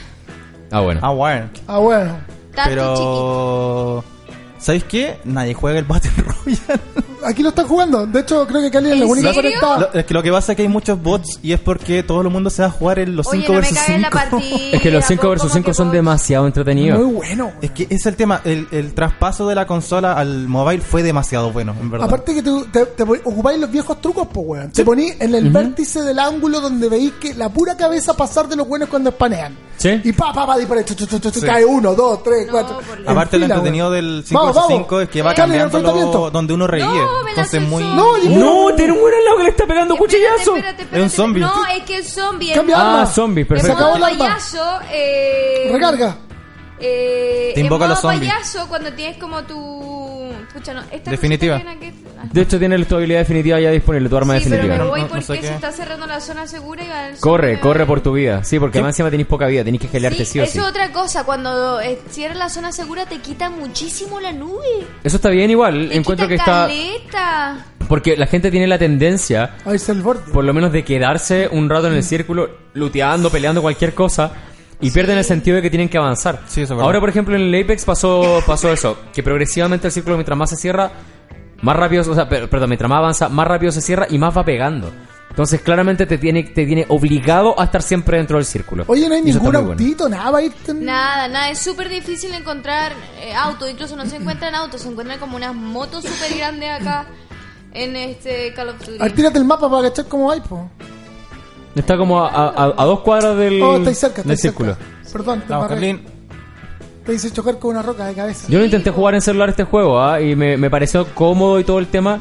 Ah, bueno. Ah, bueno. Ah, bueno. Tanto chiquito. Pero... ¿Sabéis qué? Nadie juega el Battle Royale. Aquí lo están jugando. De hecho, creo que Carly es la ¿En única serio? conectada. Lo- es que lo que pasa es que hay muchos bots y es porque todo el mundo se va a jugar en los Oye, 5 no me versus cagues la 5. partida. es que los 5 pues, versus como 5 que son vos- demasiado entretenidos. Muy bueno. Es que ese es el tema, el, el traspaso de la consola al mobile fue demasiado bueno, en verdad. Aparte que tú te, te pon- ocupáis los viejos trucos, pues, weón. Te ponís en el vértice del ángulo donde veis que la pura cabeza pasar de los buenos cuando espanean. Sí. Y pa, pa, pa, dispara. chu, chu, chu, chu, Sí. Cae uno, dos, tres, cuatro. por En Aparte lo fila, entretenido weón. del 5 Vamos, versus vamos. 5 es que va Carly, el cambiando enfrentamiento. lo, donde uno reíe. me la Entonces muy... censuro. No, yo No, tiene un buen al lado que le está pegando Espérate, cuchillazo. espérate, Es un espérate. zombie. No, es que el zombie. Cambia Ah, arma. zombie, En perfecto. Se acabó modo el arma. payaso. Eh, Recarga. Eh, Te invoca en modo los zombies. payaso cuando tienes como tu. Escucha, no. Esta Definitiva. cosita que hay en aquel- De hecho tiene tu habilidad definitiva ya disponible, tu arma Sí, definitiva. pero me No, voy no, no porque sé qué. se está cerrando la zona segura y va el Corre, zombie. corre por tu vida. Sí, porque además encima tenés poca vida, tenés que Sí, gelearte sí, o sí. eso es otra cosa. Cuando eh, cierras la zona segura te quita muchísimo la nube. Eso está bien igual, Te encuentro que quita está caleta. porque la gente tiene la tendencia Ahí está el borde. por lo menos de quedarse un rato en el círculo, luteando, peleando cualquier cosa, y pierden el sentido de que tienen que avanzar. Sí, eso es verdad. Ahora, por ejemplo, en el Apex pasó, pasó eso, que progresivamente el círculo mientras más se cierra, más rápido, o sea, per- perdón, mientras más avanza, más rápido se cierra y más va pegando. Entonces, claramente te tiene, te tiene obligado a estar siempre dentro del círculo. Oye, no hay Y eso está ningún muy bueno. autito, nada, va a ir tan- Nada, nada, es súper difícil encontrar eh, auto, incluso no se encuentran autos, se encuentran como unas motos súper grandes acá en este Call of Duty. A ver, tírate el mapa para cachar cómo hay, po. Está como a, a- a- a dos cuadras del, Oh, estáis cerca, del estáis círculo. cerca. Perdón, te Vamos, embarré. Carlín. Te hice chocar con una roca de cabeza. Yo lo intenté jugar en celular este juego ah, y me, me pareció cómodo y todo el tema,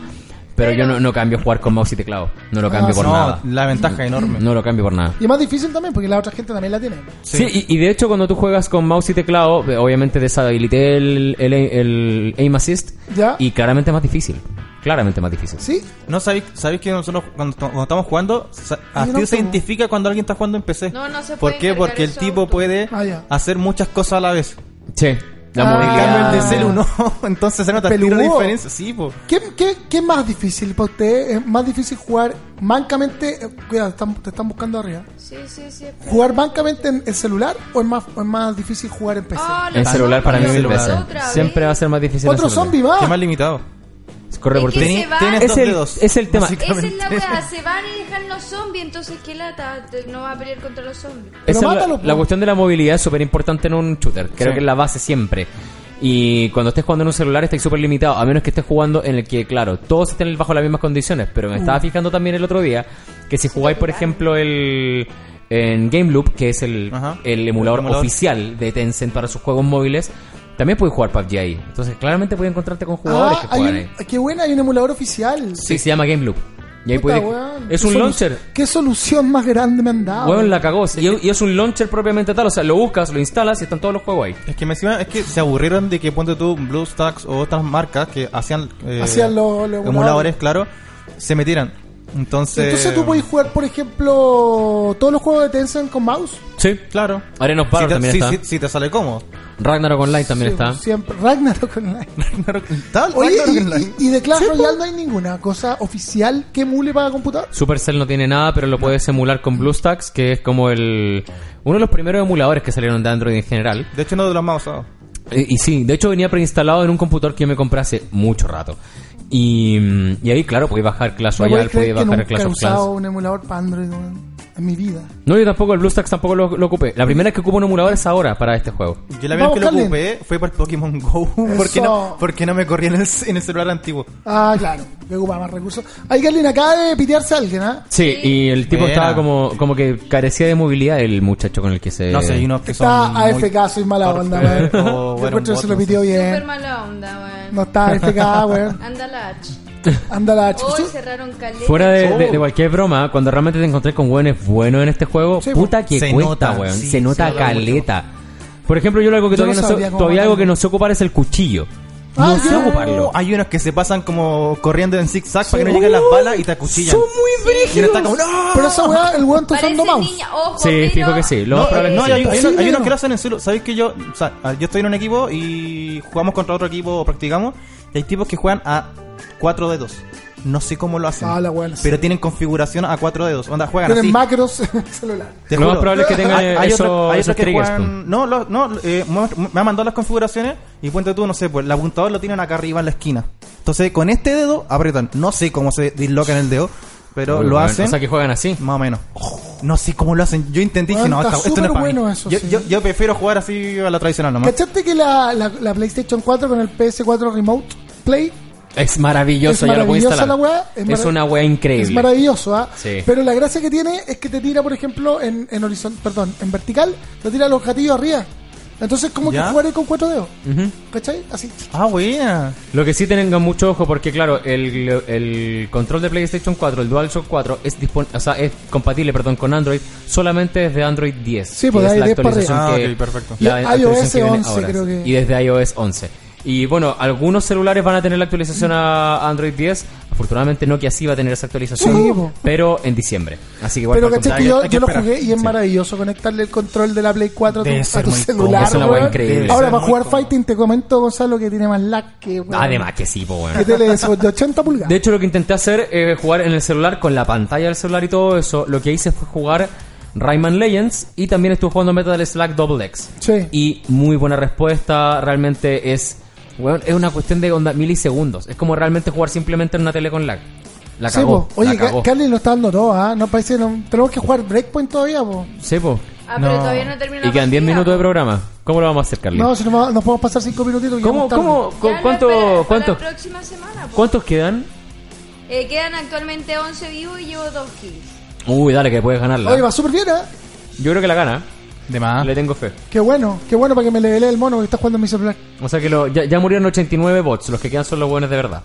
pero, yo no, no cambio jugar con mouse y teclado. No lo cambio por Ah, no, nada. la ventaja es enorme. No lo cambio por nada. Y es más difícil también, porque la otra gente también la tiene. Sí, y, y de hecho cuando tú juegas con mouse y teclado, eh, obviamente deshabilité el, el, el aim assist Ya. y claramente es más difícil. Claramente más difícil. ¿Sí? No sabéis, sabéis que nosotros cuando, cuando estamos jugando, sa- Hay un Steve se auto. identifica cuando alguien está jugando en PC. No, no se ¿Por puede qué? cargar Porque el ese tipo auto. puede Ah, ya. hacer muchas cosas a la vez. Sí, la Ah. En cambio, el de movilidad... celu no. Entonces se nota el tiro de Peludo. diferencia. Sí, po. ¿Qué, qué, qué es más difícil para usted? ¿Es más difícil jugar mancamente? eh, Cuidado, están- te están buscando arriba. Sí, sí, sí. ¿Jugar mancamente en el celular o es más, o es más difícil jugar en PC? Ah, El lo celular para mí pasamos mil celular. veces. otra vez. Siempre va a ser más difícil. Otro hacerlo. zombie va. Qué más limitado. Corre Es por que ti. se va. tienes Es dos el- dedos. es el tema. Esa es la básicamente. weá, se van y dejan los zombies, entonces qué lata, te- no va a pelear contra los zombies. Pero Esa es mátalo, la, po. la cuestión de la movilidad es súper importante en un shooter. Creo Sí. que es la base siempre. Y cuando estés jugando en un celular estáis súper limitado, a menos que estés jugando en el que, claro, todos estén bajo las mismas condiciones. Pero me Mm. estaba fijando también el otro día que si jugáis, por ejemplo, el en Game Loop, que es el, Ajá. el emulador, El emulador. oficial de Tencent para sus juegos móviles, también puedes jugar PUBG ahí. Entonces, claramente puedes encontrarte con jugadores que Ah, hay juegan un, ahí. qué buena, hay un emulador oficial. Sí, se llama Game Loop. Y ahí Puta, puedes- weón, es qué un solu- launcher. ¿Qué solución más grande me han dado? Weón, la cagó. Y, y es un launcher propiamente tal. O sea, lo buscas, lo instalas y están todos los juegos ahí. Es que me encima es que se aburrieron de que ponte tú BlueStacks o otras marcas que hacían, eh, Hacían los- los emuladores. emuladores, claro, se metieran. Entonces, Entonces tú puedes jugar, por ejemplo, todos los juegos de Tencent con mouse. Sí. claro. Arena of Si Power te, también si- está. si- si te sale cómodo. Ragnarok Online también Sí, está. Siempre. Ragnarok Online. Tal, Oye, Ragnarok Online. pues. y, y de Clash Royale no hay ninguna cosa oficial que emule para computador. Supercell no tiene nada, pero lo puedes emular con BlueStacks, que es como el uno de los primeros emuladadores que salieron de Android en general. De hecho, uno de los más usados. Eh, Y, sí, de hecho venía preinstalado en un computador que yo me compré hace mucho rato. Y, mm, y ahí, claro, podéis bajar Clash Pues No Royale, podéis podéis creer que bajar nunca Clash he of Clans. usado un emulador para Android weón, en mi vida. No, yo tampoco, el BlueStacks tampoco lo, lo ocupé. La primera vez que ocupo un emulador es ahora para este juego. Yo la primera Vamos, vez que lo Carlin. ocupé fue por Pokémon Go. Porque Eso. no, porque no me corría en el, en el celular antiguo. Ah, claro, que ocupa más recursos. Hay alguien acaba de pitearse a alguien, ¿ah? Sí, y el tipo Buena. estaba como, como que carecía de movilidad el muchacho con el que se... No sé, hay unos que son. Está muy AFK, soy mala torpes, onda, weón. o, Yo bueno, encuentro que se lo bots, pitió Súper bien. mala onda, weón. Eh. No está AFK, weón. Anda la H. Anda la chica. Hoy Sí, cerraron caleta. Fuera de, Oh. de- de cualquier broma, cuando realmente te encontré con weones buenos en este juego, Sí, puta que se cuesta, nota, weón. sí, se nota se nota caleta. Por ejemplo, yo algo que Yo todavía, no no sé, sabría cómo todavía algo que matarlo. no sé ocupar es el cuchillo. Ah, no sé yo- ocuparlo. No, hay unos que se pasan como corriendo en zigzag para que no Sí. lleguen las balas y te acuchillan. Son muy Y uno está como, ¡No! Pero esa weá, el weón está Parece usando mouse. niña, ojo, eh, Sí, pero- fijo que sí. Lo no, más probable es no, que hay, sí. hay Sí, unos, hay unos no. que lo hacen en suelo. ¿Sabéis que yo, o sea, ah, yo estoy en un equipo y jugamos contra otro equipo o practicamos? Y hay tipos que juegan a cuatro dedos. No sé cómo lo hacen. Ah, la buena. pero tienen configuración a cuatro dedos. Onda, juegan Tienen así. macros en el celular. Te Lo más juro. probable es que tengan, eh, otro- esos- otros esos que triggers, pues. juegan- No, lo- no eh, me me ha mandado las configuraciones y ponte tú, no sé, pues el apuntador lo tienen acá arriba en la esquina. Entonces, con este dedo aprietan. No sé cómo se dislocan el dedo, pero Uy, lo weón, hacen. O sea, que juegan así. Más o menos. No sé cómo lo hacen. Yo intenté y dije, Weón, no, está esta- esto no es súper para mí. bueno eso, yo, sí. yo- yo prefiero jugar así a la tradicional nomás. ¿Cachaste que la, la, la PlayStation 4 con el PS4 Remote Play Es maravilloso, Es ya lo puedes maravillosa instalar. la weá, es es, marav- una weá increíble. es maravilloso, ¿ah? Sí. Pero la gracia que tiene es que te tira, por ejemplo, en, en horizon- perdón, en vertical, te tira los gatillos arriba. Entonces, como que ¿Ya? jugaré con cuatro dedos. Ujú. ¿Cachai? Así. Ah, buena. Lo que sí tengan mucho ojo porque claro, el, el control de PlayStation 4, el DualShock 4 es dispon- o sea, es compatible, perdón, con Android solamente desde Android 10. Sí, que pues, es ahí la 10 para actualización arriba. que Ah, ok, perfecto. la Y actualización iOS que viene 11 ahora, creo que- Y desde iOS 11. Y bueno, algunos celulares van a tener la actualización a Android 10. Afortunadamente Nokia sí va a tener esa actualización, Sí, po. pero en diciembre. Así que igual Pero para ¿cachai? comprar- Que yo, hay que yo lo esperar. jugué y es maravilloso conectarle el control de la Play 4 a tu, Debe a ser tu muy celular. cómodo, es una weá weón. increíble. Ahora, Debe para ser jugar muy cómodo. Fighting, te comento, Gonzalo, que tiene más lag que. weón. Además que sí, pues bueno. Que tele de esos de 80 pulgadas. De hecho, lo que intenté hacer es jugar en el celular con la pantalla del celular y todo eso. Lo que hice fue jugar Rayman Legends y también estuve jugando Metal Slack Double X. Sí. Y muy buena respuesta, realmente es. weón, es una cuestión de onda milisegundos. Es como realmente jugar simplemente en una tele con lag. La Sí, cagó. po. Oye, la cagó. Ca- Carly lo está dando todo, ¿ah? No parece. no- tenemos que jugar Breakpoint todavía, po. Sí, po. Ah, pero No. todavía no termina la Y quedan 10 partida, minutos de po. programa. ¿Cómo lo vamos a hacer, Carlos? No, si nos, va- nos podemos pasar cinco minutitos. que ¿Cómo, llegamos tarde. cómo, cu- Ya lo cuánto- espera para cuánto- La próxima semana, po. cuántos quedan? Eh, quedan actualmente 11 vivos y llevo 2 kills. Uy, dale, que puedes ganarla. Oye, va Ah. súper bien, ¿ah? Yo creo que la gana. De más. Le tengo fe. Qué bueno, qué bueno para que me levele el mono que está jugando en mi celular. O sea que lo- ya, ya murieron 89 bots. Los que quedan son los buenos de verdad.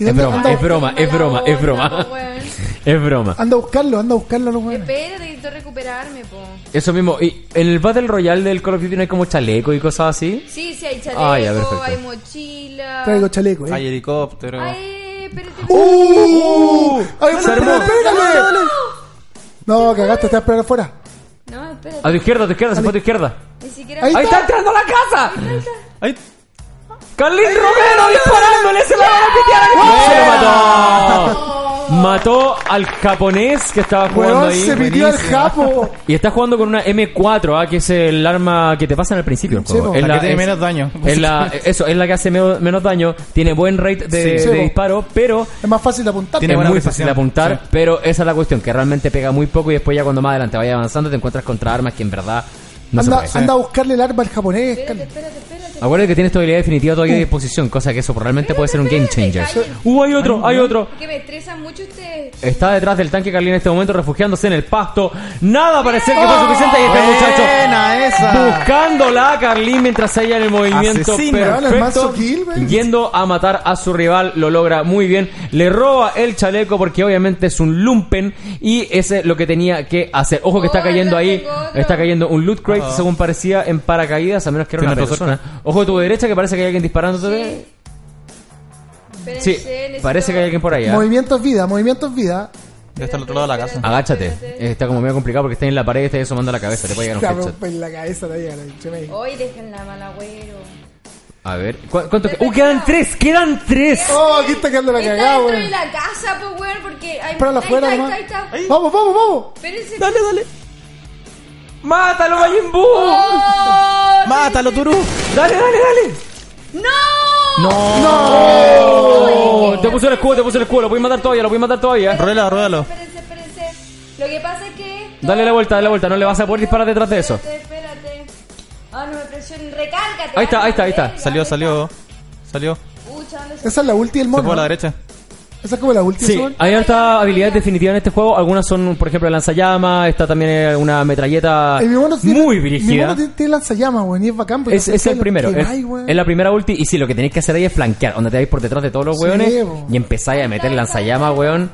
¿Y Es dónde- broma, anda, es broma, es broma, es broma. po, weón. Es broma. anda a buscarlo, anda a buscarlo, los weones. Espérate, necesito recuperarme, po. Eso mismo. Y en el Battle Royale del Call of Duty no hay como chaleco y cosas así. Sí, sí, hay Ah, ya, chaleco, perfecto. hay mochila. Traigo chaleco, Hay ¿eh? helicóptero. Ay, espérate. ¡Uh! ¡Ay, Se pero- armó. pero pégale! No, cagaste, te vas a esperar afuera. No, A espérate. tu izquierda, a tu izquierda, se fue a tu izquierda. Ni siquiera. Ahí ¡Ahí está entrando a la casa! Ay, ¡Carlín Romero disparándole! ¡Se la van a pitear a la ¡Se lo mató! Mató al japonés que estaba jugando Weón, ahí. se pidió al Buenísimo. japo. Y está jugando con una M4, ah, que es el arma que te pasan al principio. del Sí, juego. po. es La que tiene menos daño. es la- eso, es la que hace menos, menos daño. Tiene buen rate de, Sí, de po. disparo, pero Es más fácil de apuntar. Tiene es buena muy precisión. fácil de apuntar. Sí. Pero esa es la cuestión, que realmente pega muy poco. Y después, ya cuando más adelante vayas avanzando, te encuentras contra armas que en verdad no se anda, puede. anda a buscarle el arma al japonés. Carly. Acuérdate que tienes tu habilidad definitiva todavía a Uh. disposición, cosa que eso realmente puede ser un game changer. cállate. ¡Uh, hay otro! ¡Hay otro! Que me estresan mucho este ustedes. Está detrás del tanque Carlín en este momento, refugiándose en el pasto. Nada parecía que Oh. fue suficiente. Ahí está el muchacho. Buena esa. Buscándola a Carlín mientras ella en el movimiento Asesina, ¿vale? El manso perfecto. kill, ¿vale? Yendo a matar a su rival, lo logra muy bien. Le roba el chaleco porque obviamente es un lumpen y ese es eh, lo que tenía que hacer. Ojo que está Oh, cayendo acá ahí, tengo otro. está cayendo un loot crate según parecía en paracaídas, a menos que era Tiene una razón. persona. Ojo a tu derecha que parece que hay alguien disparándote. Sí. Espérense, Sí, necesito- parece que hay alguien por allá. Movimiento es vida, movimiento es vida. Ya está al otro lado de la casa. Agáchate. Está como medio complicado porque está en la pared y está asomando la cabeza. Te puede llegar un Cabrón, headshot. en pues, la cabeza te llega la se me dijo. Hoy dejen la mala güero. A ver. ¿cu- ¿Cuánto? que- ¡Uh, quedan tres! ¡Quedan tres! Oh, aquí está quedando la Está cagada, dentro de weón. la casa, pues, weón, porque hay. Espérala ahí afuera, está, nomás. ahí está, ahí está. Vamos, vamos, vamos. Espérense. ¡Dale, dale! ¡Mátalo, Majin Buu! Ah. ¡Oh! ¡Mátalo, Turu! ¡Dale, dale, dale! ¡No! ¡No! Te puso el escudo, te puso el escudo. Lo voy a matar todavía, lo voy a matar todavía. Ruédalo, ruédalo. Espérense, espérense. Lo que pasa es que. esto- Dale la vuelta, dale la vuelta. No le vas a poder disparar detrás de eso. Espérate, espérate. Ah, no me presionen. Recárgate. Ahí está, ahí está, ahí está. Verga, Salió, ¿dónde salió. Salió. Se está? Uh, chaval, eso- Esa es la ulti del fue a la mono. derecha. Esa es como la ulti del Sí, mono. hay hartas habilidades definitivas en este juego. Algunas son, por ejemplo, el lanzallamas. Está también una metralleta El mi mono tiene- muy Mi brígida. mono tiene- tiene lanzallamas, weón, y es bacán. porque Es, no es sé el lo primero. que Es, hay, weón. es la primera ulti. Y sí, lo que tenéis que hacer ahí es flanquear. Donde te vais por detrás de todos los Sí, weones. po. y empezáis a meter lanzallamas, weón.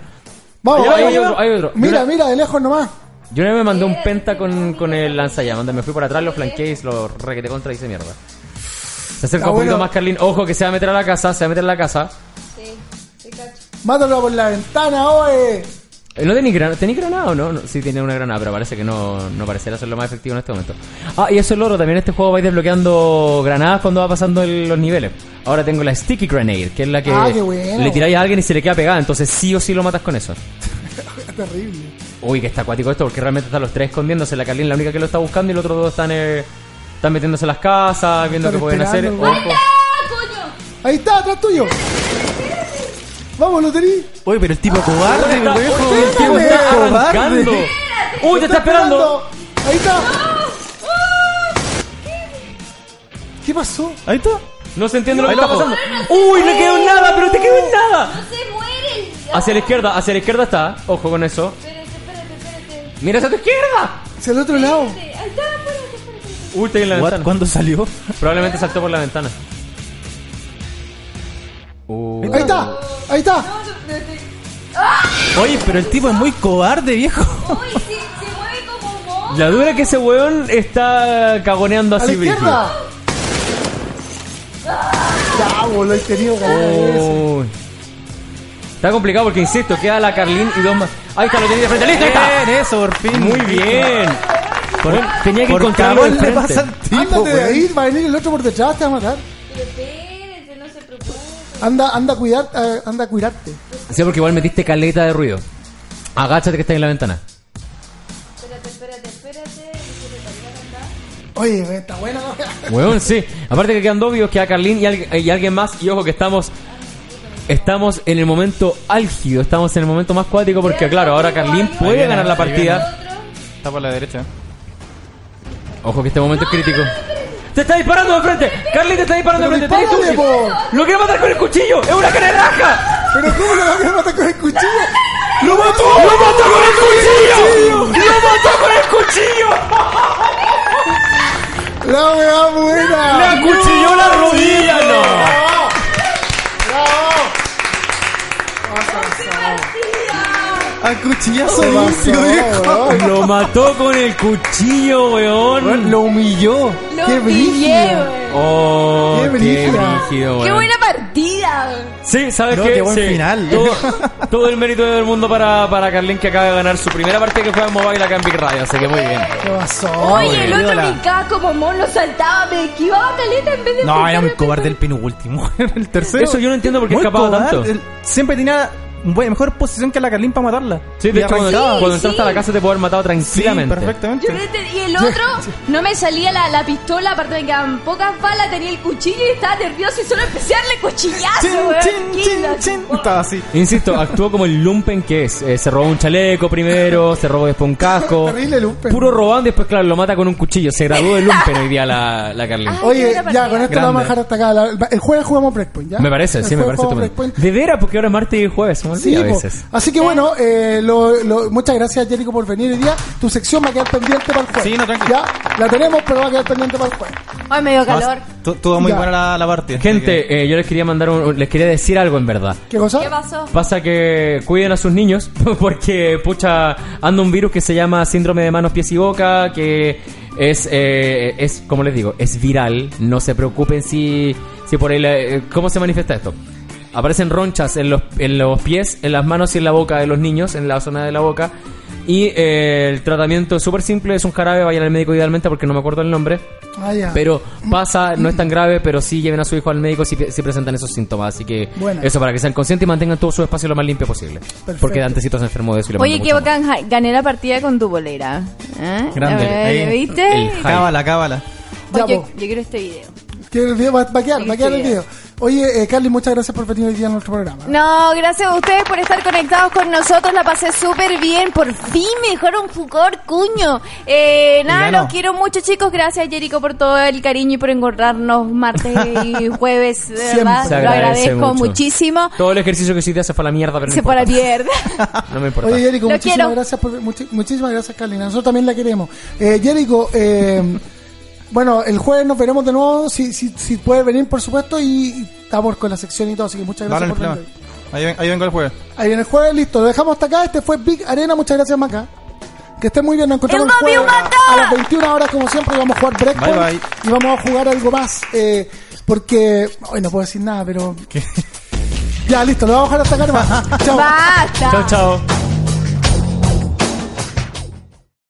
Vamos, Ahí vamos, hay vamos. otro, hay otro. Mira, Mira. mira, de lejos nomás. Yo una vez me mandé un penta con, con el lanzallamas. Donde me fui por atrás, lo flanqueé y lo requete contra y hice mierda. Se acerca Ah, un poquito bueno. más, Carlin. Ojo, que se va a meter a la casa. Se va a meter a la casa. Sí, te cacho. Mátalo por la ventana, oe. Eh, No tenéis granada, ¿tenéis granada o no? no? Sí, tiene una granada, pero parece que no, no parecerá ser lo más efectivo en este momento. Ah, y eso es lo otro, también en este juego vais desbloqueando granadas cuando va pasando el- los niveles. Ahora tengo la Sticky Grenade, que es la que Ah, qué buena, le tiráis a alguien y se le queda pegada, entonces sí o sí lo matas con eso. Es terrible. Uy, que está acuático esto, porque realmente están los tres escondiéndose, la Carlin la única que lo está buscando y los otros dos están, eh, están metiéndose en las casas, viendo qué Están pueden hacer. esperando, Ojo. ¡Ah, coño! Ahí está, atrás tuyo. Vamos, Loterí. Uy, pero el tipo cobarde, Está- weón. Uy, el tipo Espérate, está cobarde. arrancando. Uy, te está esperando. Ahí está. ¿Qué pasó? Ahí está. No se entiende lo que Ahí está lo pasando. Uy, no quedó en nada, pero te quedó en nada. ¡No se muere el Hacia la izquierda, hacia la izquierda está. Ojo con eso. Espérate, espérate, espérate. ¡Mira hacia tu izquierda! Hacia el otro lado. Sí, Ahí está, espérate, espérate. Uy, está ahí en la What? ventana. ¿Cuándo salió? Probablemente saltó por la ventana. Uh, Ahí está. Ahí está. No, no, espérate. Oye, pero el tipo es muy cobarde, viejo. Uy, sí, se mueve como mono. la dura que ese weón está cagoneando A la así, izquierda. Bravo, lo he tenido ganado. brígido. Uy. Está complicado porque, insisto, queda la Carlín y dos más. Ahí está, lo tenía de frente. ¡Listo! ahí está! Bien, eso, por fin. Muy bien. Por- tenía que Por encontrarlo de cagón le frente. pasa al tipo, pues, Ándate de weón. ahí, va a venir el otro por detrás, te va a matar. Pero espérate, no se preocupe. Anda, anda a cuidar, eh, anda a cuidarte. Sí, porque igual metiste caleta de ruido. Agáchate que está en la ventana. Espérate, espérate, espérate. Oye, está buena. Weón, sí. Aparte que quedan dos vivos, queda Carlín y, al- y alguien más. Y ojo que estamos Estamos en el momento álgido, estamos en el momento más cuático porque, claro, ahora Carlín puede ganar la partida. Está por la derecha. Ojo que este momento es crítico. ¡Te está disparando de frente! ¡Carlín te está disparando de frente! Pero ¡Te dispárale, disparando! ¡Lo quiero matar con el cuchillo! ¡Es una careraja! Pero ¿cómo lo van a matar con el cuchillo? ¡Lo mató! ¡Lo mató con el cuchillo! ¡Lo mató con el cuchillo! La weá buena. ¡La cuchilló la rodilla! ¡No! ¡Al cuchillazo limpio, viejo. Lo mató con el cuchillo, weón. Lo humilló. Lo Qué pillé, brígido. güey. Oh, Qué qué brígida. brígido, ¡Qué weón. buena partida! Sí, ¿sabes No, qué? qué buen Sí. final. Todo, todo el mérito del mundo para, para Carlín que acaba de ganar su primera partida que fue en Mobile acá en Big Radio, así que muy bien. ¿Qué pasó? Oye, el güey, otro ídola. brincaba como mono, saltaba, me esquivaba caleta en vez de... No, brincar era muy de cobarde el pino último. Era el tercero. Eso yo no entiendo por qué Muy escapaba cobarde. tanto. Él Siempre tenía bueno, mejor posición que la Carlín para matarla. Sí, de Y hecho, arrancaba. cuando, cuando entraste sí. a la casa te puedo haber matado Sí, tranquilamente. Yo no perfectamente. entendí. Y el otro no me salía la, la pistola, aparte me quedaban pocas balas, tenía el cuchillo y estaba nervioso y solo empecé a darle cuchillazo. Chin, weón. chin, Qué chin, loco. chin. Estaba así. Insisto, actuó como el lumpen que es. Eh, se robó un chaleco primero, se robó después un casco. Terrible lumpen. Puro robando y después, claro, lo mata con un cuchillo. Se graduó de lumpen hoy día la, la Carlín. Ah, Ay, qué Oye, buena ya, partida. con esto lo vamos a Grande. dejar hasta acá. La- el jueves jugamos Breakpoint, ¿ya? Me parece, El sí, me jueves parece. jugamos estupendo. Breakpoint. De veras, porque ahora es martes y jueves, se me Sí, olvida a po. veces. Así que bueno, eh, lo- lo- muchas gracias Jerico por venir hoy día. Tu sección va a quedar pendiente para el jueves. Sí, no, tranqui. Ya, la tenemos, pero va a quedar pendiente para el jueves. Ay, me dio calor. Tu- Tuvo muy Ya. buena la, la partida. Así Gente, eh, yo les quería mandar un- les quería decir algo en verdad. ¿Qué cosa? ¿Qué pasó? Pasa que cuiden a sus niños porque, pucha, anda un virus que se llama síndrome de manos, pies y boca, que es, eh, es como les digo, es viral. No se preocupen si, si por el... eh, ¿Cómo se manifiesta esto? Aparecen ronchas en los, en los pies, en las manos y en la boca de los niños, en la zona de la boca. Y eh, el tratamiento es súper simple, es un jarabe, vayan al médico idealmente porque no me acuerdo el nombre. Ah, ya. Pero pasa, no es tan grave, pero sí lleven a su hijo al médico si, si presentan esos síntomas. Así que Bueno. eso para que sean conscientes y mantengan todo su espacio lo más limpio posible. Porque Dantecito se enfermó de eso. y le Oye, mandó qué mucho amor. bacán, ja- gané la partida con tu bolera. ¿Eh? Grande, A ver, ahí. ¿Viste? El que- hype. Cábala, cábala. Ya, Oye, yo, po. yo quiero este video. Que el video va, va a quedar, va a quedar el Sí. video. Oye, eh, Carly, muchas gracias por venir hoy día a nuestro programa. No, gracias a ustedes por estar conectados con nosotros. La pasé súper bien. Por fin me dejaron jugar, cuño. Eh, nada, ganó. los quiero mucho, chicos. Gracias, Jerico, por todo el cariño y por encontrarnos martes y jueves. De verdad, Siempre. lo Se agradece agradezco mucho. muchísimo. Todo el ejercicio que sí te hace fue a la mierda, pero no Se para importa. mierda. No me importa. Oye, Jerico, Lo muchísimas quiero. gracias, por, muchi- muchísimas gracias, Carly. Nosotros también la queremos. Eh, Jerico, eh, bueno, el jueves nos veremos de nuevo. Si, si, si puedes venir, por supuesto. Y y estamos con la sección y todo. Así que muchas Dale, gracias no hay por problema. venir. Ahí, ven- ahí vengo el jueves. Ahí viene el jueves, listo. Lo dejamos hasta acá. Este fue Big Arena. Muchas gracias, Maca. Que estén muy bien. Nos encontramos el ¡Eugami jueves Humata! a las 21 horas, como siempre. y Vamos a jugar Breakpoint Bye, bye. y vamos a jugar algo más. Eh, porque, hoy no puedo decir nada, pero. Ya, listo. Lo vamos a dejar hasta acá. hermano. Chao. Basta. Chao, chao.